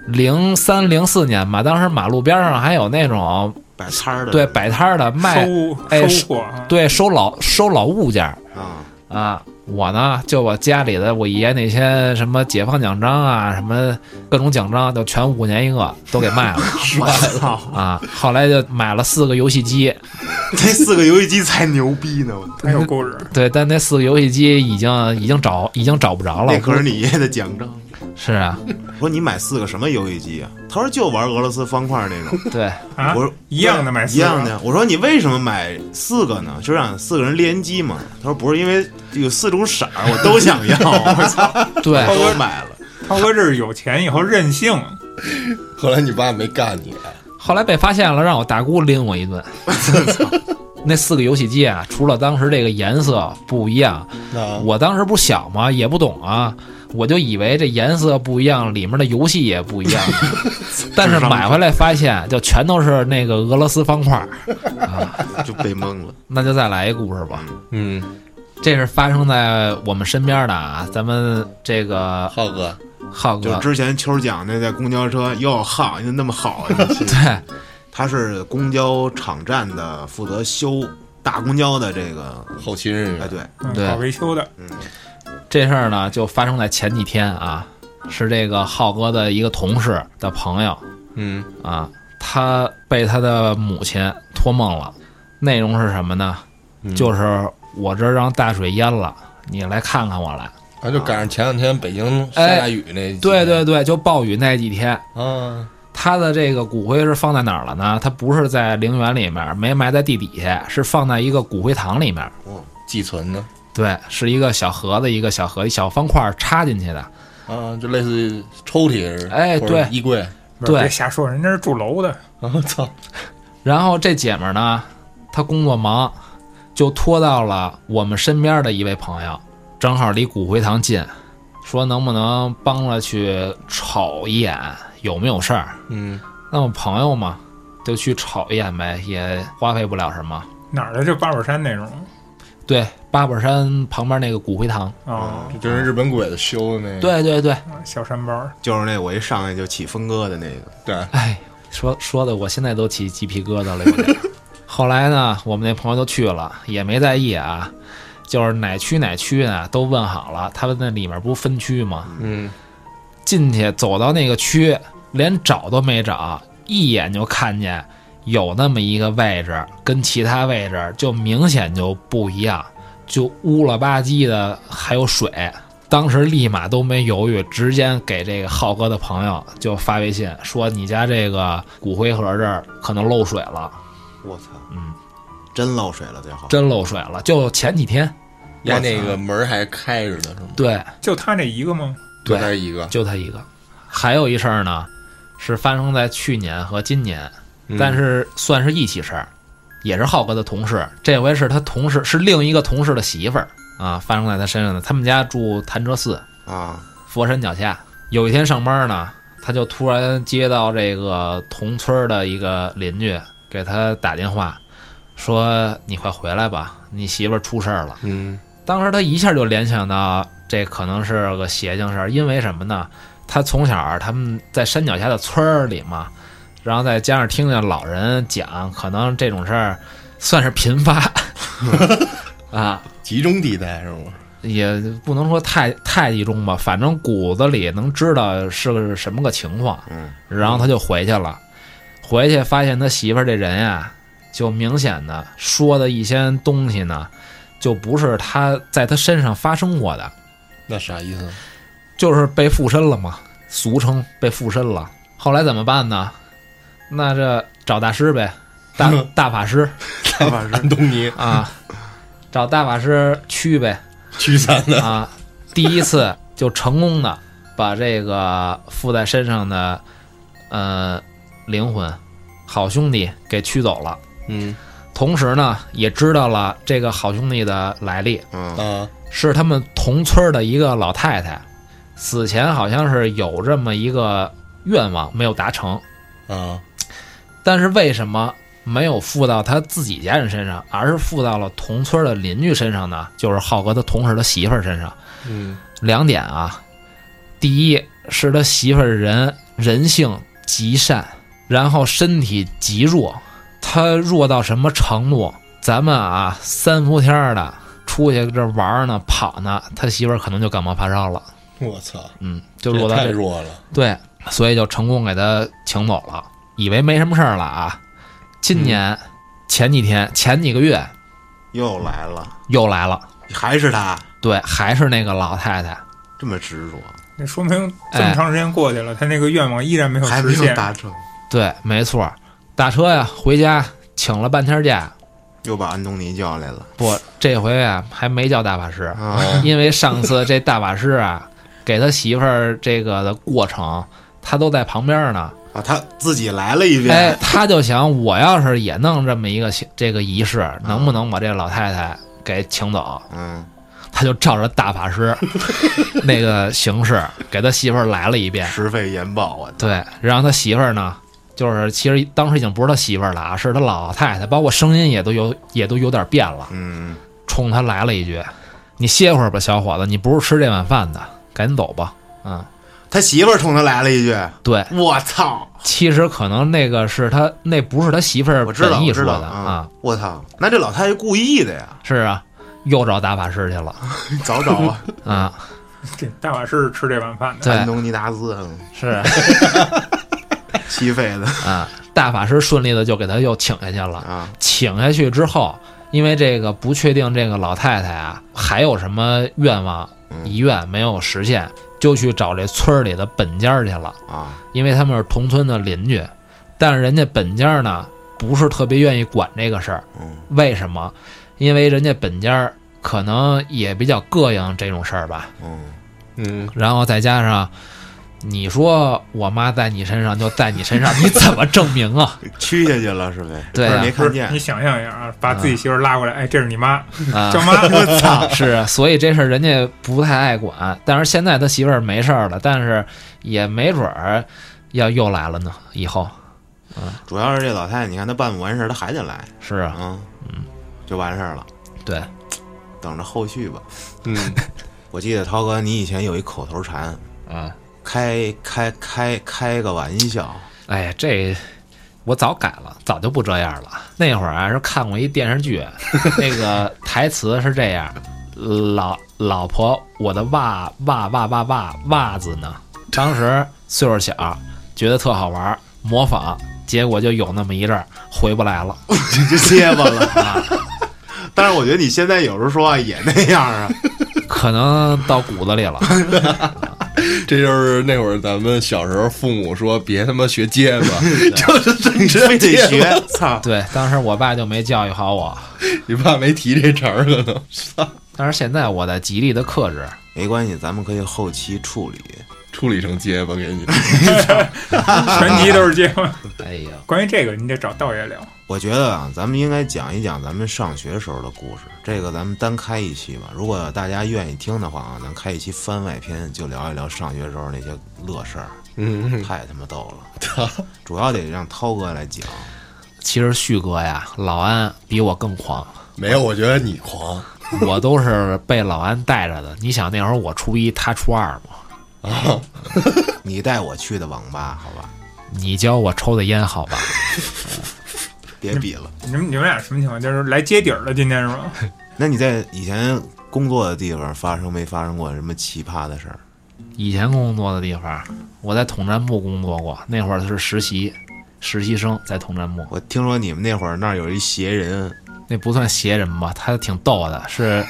C: 零三零四年吧，当时马路边上还有那种
D: 摆摊儿的
C: 对摆摊儿的卖，哎
E: 收收获啊，
C: 对收老收老物件儿
D: 啊，
C: 啊。我呢就把家里的我爷爷那些什么解放奖章啊，什么各种奖章，就全五年一个都给卖了
D: 我操，
C: 啊。后来就买了四个游戏机，
D: 这四个游戏机才牛逼呢！我操
E: 还有故事，
C: 对，但那四个游戏机已经已经找已经找不着了
D: 那。可是你爷爷的奖章。
C: 是啊，
D: 我说你买四个什么游戏机啊？他说就玩俄罗斯方块那种。
C: 对，
E: 啊
D: 我说，
E: 一样的买
D: 一
E: 四个
D: 样的。我说你为什么买四个呢？就让四个人联机嘛。他说不是，因为有四种色儿，我都想 要。我操，
C: 对，
D: 我都买了。
E: 涛哥这是有钱以后任性，
B: 后来你爸没干你，
C: 后来被发现了，让我大姑拎我一顿。 那四个游戏机啊，除了当时这个颜色不一样，
B: 那
C: 我当时不小嘛，也不懂啊，我就以为这颜色不一样，里面的游戏也不一样。但是买回来发现，就全都是那个俄罗斯方块儿啊。
D: 就被蒙了。
C: 那就再来一故事吧。
B: 嗯
C: 这是发生在我们身边的啊，咱们这个
B: 浩哥，
C: 浩
D: 就
C: 哥，
D: 之前秋儿讲那在公交车又好又那么好，啊
C: 对，
D: 他是公交场站的负责修大公交的这个，
B: 后勤人
D: 哎
B: 员，
D: 对，
E: 嗯
C: 对
E: 搞维修的，
C: 这事儿呢，就发生在前几天啊，是这个浩哥的一个同事的朋友
B: 嗯，
C: 啊，他被他的母亲托梦了，内容是什么呢？
B: 嗯
C: 就是我这儿让大水淹了，你来看看我来。
B: 啊，就赶上前两天北京下大雨那几天，
C: 哎对对对，就暴雨那几天，
B: 啊，
C: 他的这个骨灰是放在哪儿了呢？他不是在陵园里面，没埋在地底下，是放在一个骨灰堂里面。
B: 寄存的
C: 对，是一个小盒子，一个小盒，一小方块插进去的。
B: 啊，就类似于抽屉似的，
C: 哎
B: 或者
C: 对哦
B: 衣柜。
E: 不是
C: 对
E: 别瞎说，人家是住楼的，
B: 啊，我操！
C: 然后这姐们儿呢，她工作忙，就托到了我们身边的一位朋友，正好离骨灰堂近，说能不能帮着去瞅一眼有没有事儿？
B: 嗯，
C: 那我朋友嘛，就去瞅一眼呗，也花费不了什么。
E: 哪儿的就八宝山那种
C: 对，八宝山旁边那个骨灰堂，
E: 啊，
B: 这真是日本鬼子修的那个。
C: 对对对，
D: 嗯
E: 小山包，
D: 就是那我一上来就起峰哥的那个，
B: 对，
C: 哎，说说的我现在都起鸡皮疙瘩了有点儿。后来呢，我们那朋友都去了，也没在意啊，就是哪区哪区呢都问好了，他们那里面不是分区吗？
B: 嗯，
C: 进去走到那个区，连找都没找，一眼就看见有那么一个位置，跟其他位置就明显就不一样，就乌了吧唧的，还有水。当时立马都没犹豫，直接给这个浩哥的朋友就发微信说：“你家这个骨灰盒这儿可能漏水了，
D: 我操，
C: 嗯，
D: 真漏水了最后，
C: 真漏水了。”就前几天，
B: 压那个门儿还开着呢，是吗？
C: 对，
E: 就他这一 个吗？
C: 对
B: 就那一个，
C: 就他一个。还有一事儿呢，是发生在去年和今年，
B: 嗯
C: 但是算是一起事儿，也是浩哥的同事。这回是他同事，是另一个同事的媳妇儿啊，发生在他身上的。他们家住潭柘寺
D: 啊，
C: 佛山脚下。有一天上班呢，他就突然接到这个同村的一个邻居给他打电话，说：“你快回来吧，你媳妇儿出事儿了。”
B: 嗯，
C: 当时他一下就联想到这可能是个邪性事儿，因为什么呢？他从小儿他们在山脚下的村儿里嘛，然后再加上听见老人讲，可能这种事儿 算是频发啊，
B: 集中地带是吗？
C: 也不能说太太集中吧，反正骨子里能知道是个什么个情况。
D: 嗯，
C: 然后他就回去了，回去发现他媳妇儿这人呀，就明显的说的一些东西呢，就不是他在他身上发生过的，
B: 那啥意思？
C: 就是被附身了嘛，俗称被附身了。后来怎么办呢？那这找大师呗，大大法师
D: 反正
B: 安东尼
C: 啊，找大法师驱呗。
B: 驱散的，
C: 啊，第一次就成功的把这个附在身上的呃灵魂好兄弟给驱走了，
B: 嗯
C: 同时呢也知道了这个好兄弟的来历，
D: 嗯，
B: 啊，
C: 是他们同村儿的一个老太太，死前好像是有这么一个愿望没有达成，
B: 啊，
C: 但是为什么？没有附到他自己家人身上，而是附到了同村儿的邻居身上呢？就是浩哥他同事的媳妇儿身上。
B: 嗯，
C: 两点啊，第一是他媳妇儿人人性极善，然后身体极弱，他弱到什么程度？咱们啊，三伏天儿的出去这玩儿呢、跑呢，他媳妇儿可能就感冒发烧了，
B: 我操，
C: 嗯，就
B: 这也
C: 落到
B: 太
C: 这
B: 弱了，
C: 对，所以就成功给他请走了，以为没什么事儿了啊。今年、
B: 嗯
C: 前几天前几个月
D: 又来了，
C: 又来了，
D: 还是他
C: 对，还是那个老太太，
D: 这么执着，
E: 那说明这么长时间过去了，他那个愿望依然没有
D: 还
E: 实
D: 没有
E: 现。
D: 达成，
C: 对，没错儿，打车呀，回家请了半天假。
D: 又把安东尼叫来了
C: 不，这回啊还没叫大法师，
D: 啊，
C: 因为上次这大法师啊给他媳妇儿这个的过程，他都在旁边呢。
D: 啊，他自己来了一
C: 哎
D: 遍，，
C: 他就想，我要是也弄这么一个行这个仪式，能不能把这老太太给请走？
D: 嗯，
C: 他就照着大法师 那个形式给他媳妇儿来了一遍。
D: 十费研报啊，
C: 对，然后他媳妇儿呢，就是其实当时已经不是他媳妇儿了啊，是他老太太，包括声音也都有也都有点变了，
D: 嗯，
C: 冲他来了一句：“你歇会儿吧，小伙子，你不是吃这碗饭的，赶紧走吧。”
D: 嗯
C: 啊，
D: 他媳妇儿冲他来了一句
C: 对，：“
D: 我操！”
C: 其实可能那个是他，那不是他媳妇儿
D: 我知道，
C: 本
D: 我
C: 意说
D: 知道嗯
C: 的啊。
D: 我操，那这老太太故意的呀！
C: 是啊，又找打法师去了
D: 你早找啊，
C: 啊。
E: 这大法师吃这碗饭 的，
C: 对
D: 安，东尼达斯嗯
C: 是
D: 西非 的
C: 啊，大法师顺利的就给他又请下去了。
D: 啊，
C: 请下去之后，因为这个不确定这个老太太啊还有什么愿望
D: 嗯
C: 遗愿没有实现，就去找这村儿里的本家儿去了，
D: 啊，
C: 因为他们是同村的邻居。但是人家本家儿呢不是特别愿意管这个事儿，
D: 嗯
C: 为什么？因为人家本家儿可能也比较膈应这种事儿吧，
D: 嗯，
B: 嗯，
C: 然后再加上。你说我妈在你身上就在你身上，你怎么证明 啊？
D: 屈下去了是呗？
C: 对啊
D: 不是没
E: 不
D: 看
E: 是
D: 见
E: 你想象一下啊，把自己媳妇儿拉过来，哎，这是你妈，
C: 啊，
E: 叫妈，
D: 我操，
C: 是啊，所以这事儿人家不太爱管。但是现在他媳妇儿没事儿了，但是也没准儿要又来了呢。以后
D: 主要是这老太太，你看她办不完事儿，她还得来，
C: 是啊，
D: 嗯，就完事儿了，
C: 对，
D: 等着后续吧。
B: 嗯，
D: 我记得涛哥，你以前有一口头禅，
C: 啊，
D: 开开开开个玩笑，
C: 哎呀，这我早改了，早就不这样了。那会儿啊，是看过一电视剧，那 个台词是这样：老老婆，我的袜袜袜袜袜袜子呢？当时岁数小，觉得特好玩儿，模仿，结果就有那么一阵儿回不来了。
D: 你就结巴了。啊但是我觉得你现在有时候说话也那样啊，
C: 可能到骨子里了。
B: 这就是那会儿咱们小时候父母说别他妈学结 巴，就是真
D: 非
B: 真
D: 得
B: 结巴。
D: 学，操！
C: 对，当时我爸就没教育好我，
B: 你爸没提这茬儿可能，
C: 但是现在我在极力的克制。
D: 没关系，咱们可以后期处理。
B: 处理成结巴给你。
E: 全集都是结婚。
C: 哎呀，
E: 关于这个，你得找道爷聊。
D: 我觉得啊，咱们应该讲一讲咱们上学时候的故事，这个咱们单开一期吧。如果大家愿意听的话啊，咱开一期番外篇，就聊一聊上学时候那些乐事儿，
B: 嗯，
D: 太他妈逗了。主要得让涛哥来讲，
C: 其实旭哥呀，老安比我更狂，
B: 没有，我觉得你狂
C: 我都是被老安带着的。你想那会儿我初一，他初二嘛，
B: 啊！
D: 你带我去的网吧，好吧？
C: 你教我抽的烟好吧？
D: 别比了。
E: 你们你们俩什么情况？就是来接底儿了，今天是吗？
D: 那你在以前工作的地方发生没发生过什么奇葩的事儿？
C: 以前工作的地方，我在统战部工作过，那会儿是实习，实习生在统战部，
D: 我听说你们那会儿那儿有一邪人，
C: 那不算邪人吧？他挺逗的，是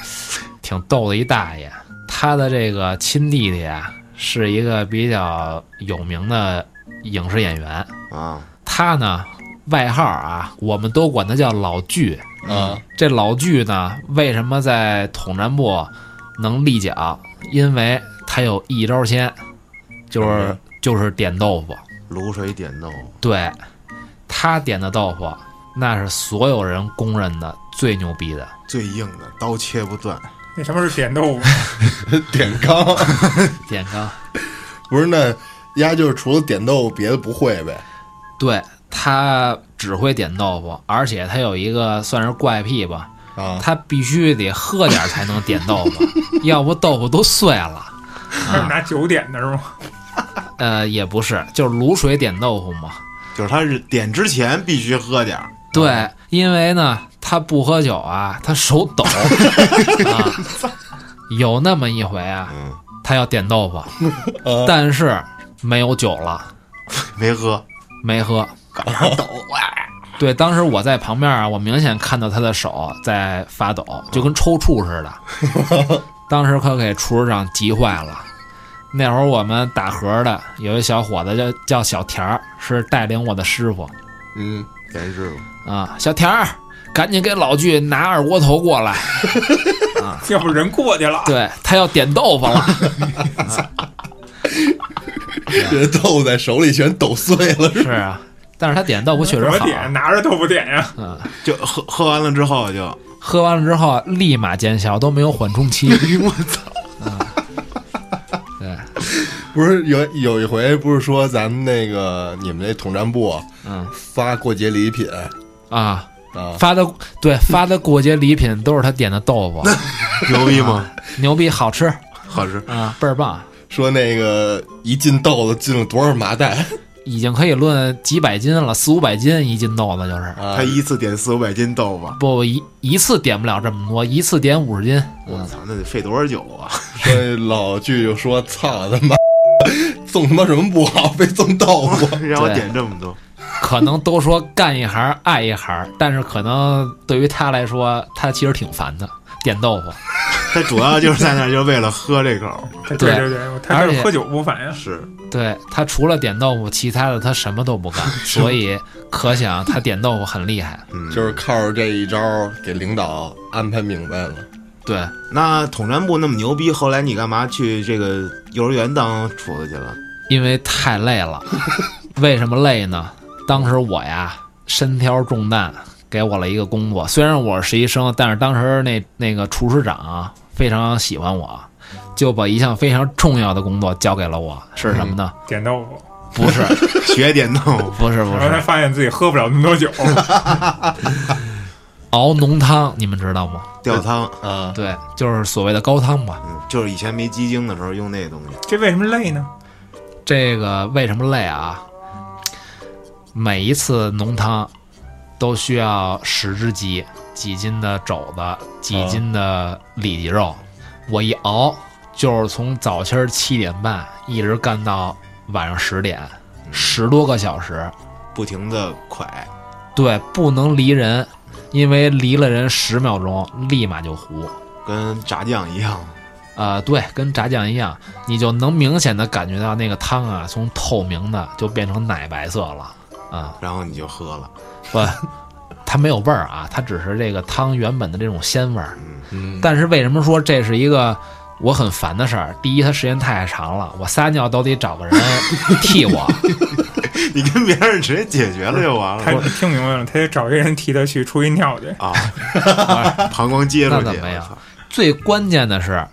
C: 挺逗的一大爷。他的这个亲弟弟啊，是一个比较有名的影视演员。
D: 啊，
C: 他呢，外号啊，我们都管他叫老巨。
B: 啊，
C: 这老巨呢，为什么在统战部能立脚？因为他有一招鲜，就是
B: 嗯
C: 就是点豆腐。
D: 卤水点豆腐，
C: 对，他点的豆腐，那是所有人公认的最牛逼的。
D: 最硬的刀切不断。
E: 那什么是点豆腐？
B: 点钢
C: 点钢。
B: 不是那丫就是除了点豆腐别的不会呗？
C: 对他只会点豆腐，而且他有一个算是怪癖吧，
B: 啊，
C: 他必须得喝点儿才能点豆腐，要不豆腐都碎了。啊
E: 拿酒点的是吗？
C: 呃，也不是，就是卤水点豆腐嘛。
D: 就是他是点之前必须喝点儿，
C: 对，因为呢，他不喝酒啊，他手抖啊。有那么一回啊，
D: 嗯
C: 他要点豆腐，
B: 啊
C: 但是没有酒了，
D: 没喝，
C: 没喝。
D: 赶上抖啊！
C: 对，当时我在旁边啊，我明显看到他的手在发抖，就跟抽搐似的。当时可给厨师长急坏了。那会儿我们打盒的有一小伙子叫叫小田儿，是带领我的师傅
B: 嗯，
D: 田师傅，
C: 啊。小田儿，赶紧给老巨拿二锅头过来，
E: 要不人过去了。
C: 对他要点豆腐了。
B: 这豆腐在手里全抖碎了。
C: 是啊，但是他点豆腐确
E: 怎
C: 实
E: 么
C: 好。
E: 点？拿着豆腐点呀？
C: 嗯，
D: 就喝喝完了之后就
C: 喝完了之后立马见效，都没有缓冲期。我操！对，
B: 不是有有一回不是说咱们那个你们那统战部啊
C: 嗯
B: 发过节礼品，
C: 啊，
B: 啊，
C: 发的对发的过节礼品都是他点的豆腐，
D: 牛逼吗？
C: 牛逼，好吃
D: 好吃，
C: 啊，倍儿棒，
B: 说那个一进豆子进了多少麻袋
C: 已经可以论几百斤了，四五百斤一斤豆子就是。
B: 啊
D: 他？一次点四五百斤豆腐，
C: 不一一次点不了这么多，一次点五十斤，
D: 我操，那得费多少酒啊？
B: 说老剧就说操他妈， 送他妈什么不好，非送豆腐。
D: 让哦我点这么多，
C: 可能都说干一行爱一行，但是可能对于他来说，他其实挺烦的，点豆腐。
D: 他主要就是在那儿就是为了喝这口，
E: 对
C: 对
E: 对对，他
C: 而
E: 这
C: 且
E: 是喝酒不反应，
D: 是
C: 对他除了点豆腐，其他的他什么都不干，所以可想他点豆腐很厉害。
B: 就是靠着这一招给领导安排明白了。
C: 对，
D: 那统战部那么牛逼，后来你干嘛去这个幼儿园当厨子去了？
C: 因为太累了。为什么累呢？当时我呀身挑重担，给我了一个工作。虽然我是实习生，但是当时那那个厨师长啊非常喜欢我，就把一项非常重要的工作交给了我。是什么呢？
E: 点豆腐，
C: 不是，
D: 学点豆腐，
C: 不是，不
E: 然后他
C: 是，
E: 发现自己喝不了那么 多酒，
C: 熬浓汤，你们知道吗？
D: 吊汤，
B: 啊，
C: 对，就是所谓的高汤吧。
D: 嗯，就是以前没鸡精的时候用那东西，
E: 这为什么累呢？
C: 这个为什么累啊？每一次浓汤都需要十只鸡、几斤的肘子、几斤的里脊肉，我一熬就是从早清七点半一直干到晚上十点，十多个小时。
D: 不停的蒯，
C: 对，不能离人，因为离了人十秒钟立马就糊。
D: 跟炸酱一样，
C: 呃，对，跟炸酱一样，你就能明显的感觉到那个汤啊，从透明的就变成奶白色了啊。
D: 然后你就喝了，
C: 不，它没有味儿啊，它只是这个汤原本的这种鲜味儿。
B: 嗯，
C: 但是为什么说这是一个我很烦的事儿？第一，它时间太长了，我撒尿都得找个人替我。
D: 你跟别人直接解决了就完
E: 他
D: 了。
E: 你听明白了，他得找一个人替他去出一尿去。
D: 啊，膀胱接出
C: 那
D: 去，
C: 怎么
D: 我
C: 样
D: 操
C: 最关键的是，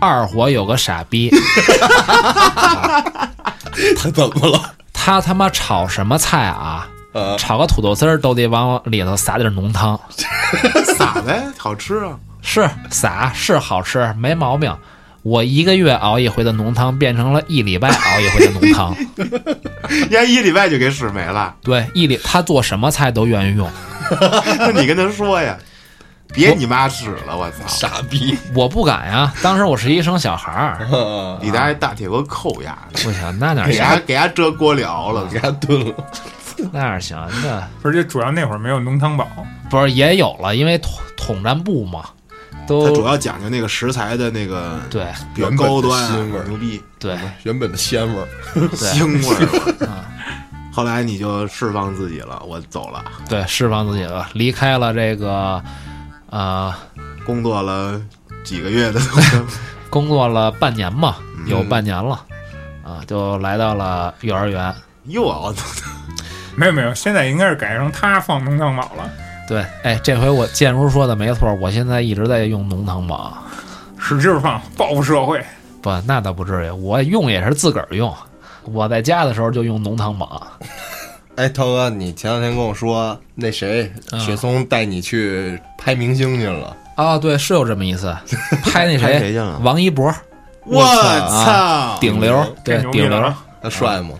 C: 二火有个傻逼，
B: 他怎么了？
C: 他他妈炒什么菜啊？
B: 啊，
C: 炒个土豆丝儿都得往里头撒点浓汤，
D: 撒呗，好吃啊！
C: 是撒是好吃，没毛病。我一个月熬一回的浓汤，变成了一礼拜熬一回的浓汤。
D: 人家一礼拜就给使没了，
C: 对，一礼他做什么菜都愿意用。
D: 那你跟他说呀，别你妈使了，我操！
B: 傻逼！
C: 我不敢呀，当时我是一生小 孩儿，
B: 啊，
D: 李达大铁锅扣 牙，
C: 不行，那哪
D: 给他
C: 行，
D: 给他遮锅燎了，
B: 给他炖了。
C: 那哪行，那
E: 不是，这主要那会儿没有浓汤宝，
C: 不是也有了，因为统统战部嘛，
D: 他主
C: 都
D: 要讲究那个食材的那个
C: 对
D: 比较高端
B: 原本的腥味
D: 啊
B: 儿，
D: 牛逼
C: 对
B: 原本的鲜味儿，
C: 对
D: 腥味儿。 后来你就释放自己了，我走了，
C: 对，释放自己了，离开了这个呃，
D: 工作了几个 月的，
C: 工作了半年嘛，
D: 嗯
C: 有半年了，啊，就来到了幼儿园。
D: 又熬
E: 没有没有，现在应该是改成他放浓汤宝了，
C: 对，哎，这回我建如说的没错，我现在一直在用浓汤宝，
E: 使劲放，报复社会。
C: 不，那倒不至于，我用也是自个儿用，我在家的时候就用浓汤宝。
B: 哎，涛哥，你前两天跟我说那谁
C: 啊
B: 雪松带你去拍明星去了，
C: 啊，对，是有这么 一次，拍那
D: 拍谁去了
C: 王一博，
B: 啊
D: 我啊
C: 操
D: 操！
C: 顶流，对
E: 这，牛逼
C: 顶
E: 了
C: 流，
E: 啊！
B: 他帅吗？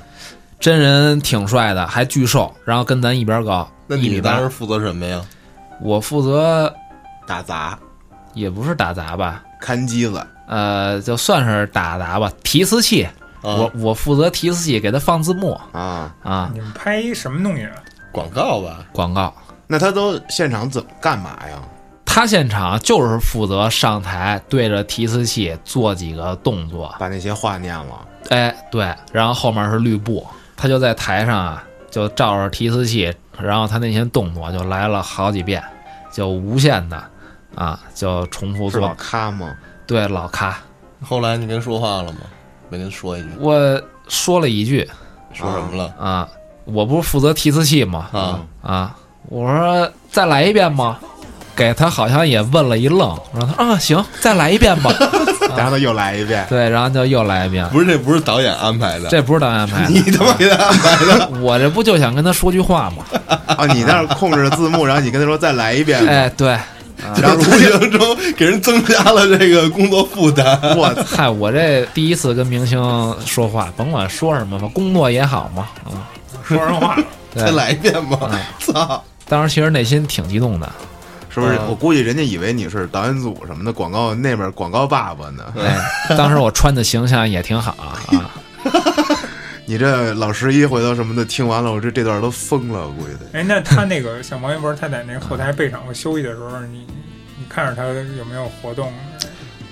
C: 真人挺帅的，还巨瘦，然后跟咱一边高，
B: 那
C: 一米
B: 你
C: 八
B: 当。时负责什么呀？
C: 我负责
D: 打杂
C: 也不是打杂吧，
D: 看机子，
C: 呃，就算是打杂吧，提词器，
B: 啊
C: 我我负责提词器，给他放字幕
D: 啊，
C: 啊，
E: 你们拍一什么东西啊？
B: 广告吧，
C: 广告。
D: 那他都现场怎么干嘛呀？
C: 他现场就是负责上台对着提词器做几个动作，
D: 把那些话念了，
C: 哎，对，然后后面是绿布，他就在台上啊，就照着提词器，然后他那些动作就来了好几遍，就无限的啊，就重复
D: 是老
C: 做。
D: 咖吗？
C: 对，老咖，
B: 后来你跟他说话了吗？没跟他说一句，
C: 我说了一句
B: 说什么了？
C: 啊，我不是负责提词器吗？
B: 啊，
C: 啊，我说再来一遍吗？给他好像也问了一愣，然后他啊行，再来一遍吧。
D: 然后他又来一遍，
C: 对，然后就又来一遍。
B: 不是，这不是导演安排的，
C: 这不是导演安排的，
B: 你他妈给他安排的。
C: 我这不就想跟他说句话吗？
D: 啊，你那儿控制着字 幕，然后你跟他说再来一遍，
C: 哎，对，
B: 然后无形中给人增加了这个工作负担。
D: 我操，
C: 嗨，我这第一次跟明星说话，甭管说什么吧，工作也好嘛，啊、
E: 说人 话，
B: 再来一遍吧，操！
C: 当时其实内心挺激 动的，
D: 是不是？
B: 嗯
D: 我估计人家以为你是导演组什么的广告那边广告爸爸呢，
C: 哎，当时我穿的形象也挺好啊，
D: 你这老十一回头什么的听完了，我这这段都疯了，我估计得。
E: 哎，那他那个像王一博，他在那后台备场和休息的时候，你你看着他有没有活动？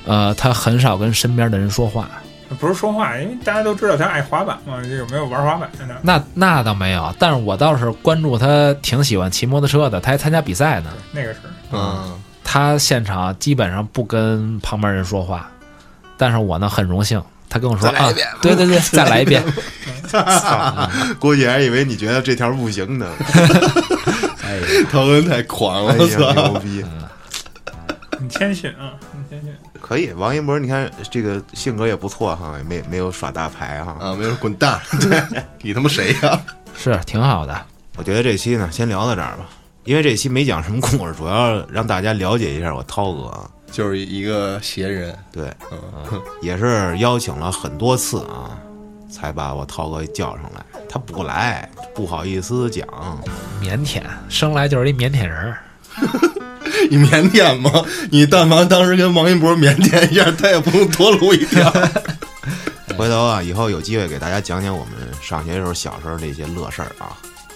C: 呃，他很少跟身边的人说话，
E: 不是说话，因为大家都知道他爱滑板嘛，有没有玩滑板的呢？
C: 那那倒没有，但是我倒是关注他，挺喜欢骑摩托车的，他还参加比赛呢。
E: 那个是，
B: 嗯，
C: 他现场基本上不跟旁边人说话，但是我呢很荣幸，他跟我说
B: 再来
C: 啊
B: 一遍，
C: 对对对，再来一遍，
D: 操！估计还以为你觉得这条不行呢，
B: 陶恩太狂
D: 哎
B: 了，
D: 呀，
B: 操！
D: 牛逼！
E: 很谦逊啊，很谦逊。
D: 可以，王一博，你看这个性格也不错哈，也没没有耍大牌哈。
B: 啊，没人滚蛋！对，你他妈谁呀？
C: 是挺好的。
D: 我觉得这期呢，先聊到这儿吧，因为这期没讲什么故事，主要让大家了解一下我涛哥啊。
B: 就是一个闲人，
D: 对，
B: 嗯，
D: 也是邀请了很多次啊，才把我涛哥叫上来。他不来，不好意思讲。
C: 腼腆，生来就是一腼腆人儿。
B: 你腼腆吗？你但凡当时跟王一博腼腆一下，他也不用多录一条。
D: 回头啊，以后有机会给大家讲讲我们上学时候小时候那些乐事儿啊。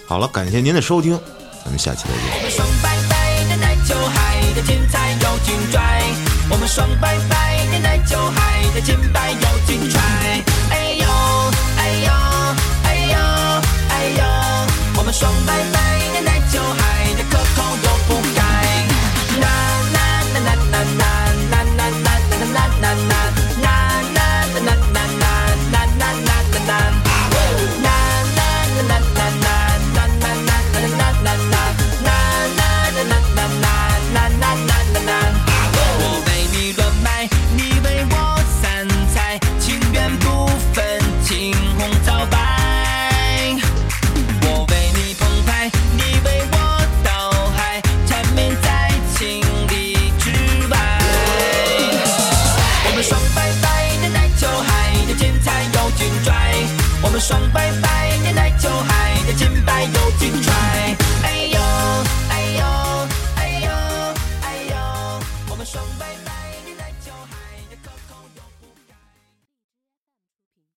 D: 好了，感谢您的收听，咱们下期再见。
F: 我们双白白的奶球，海的天才有精拽。我们双白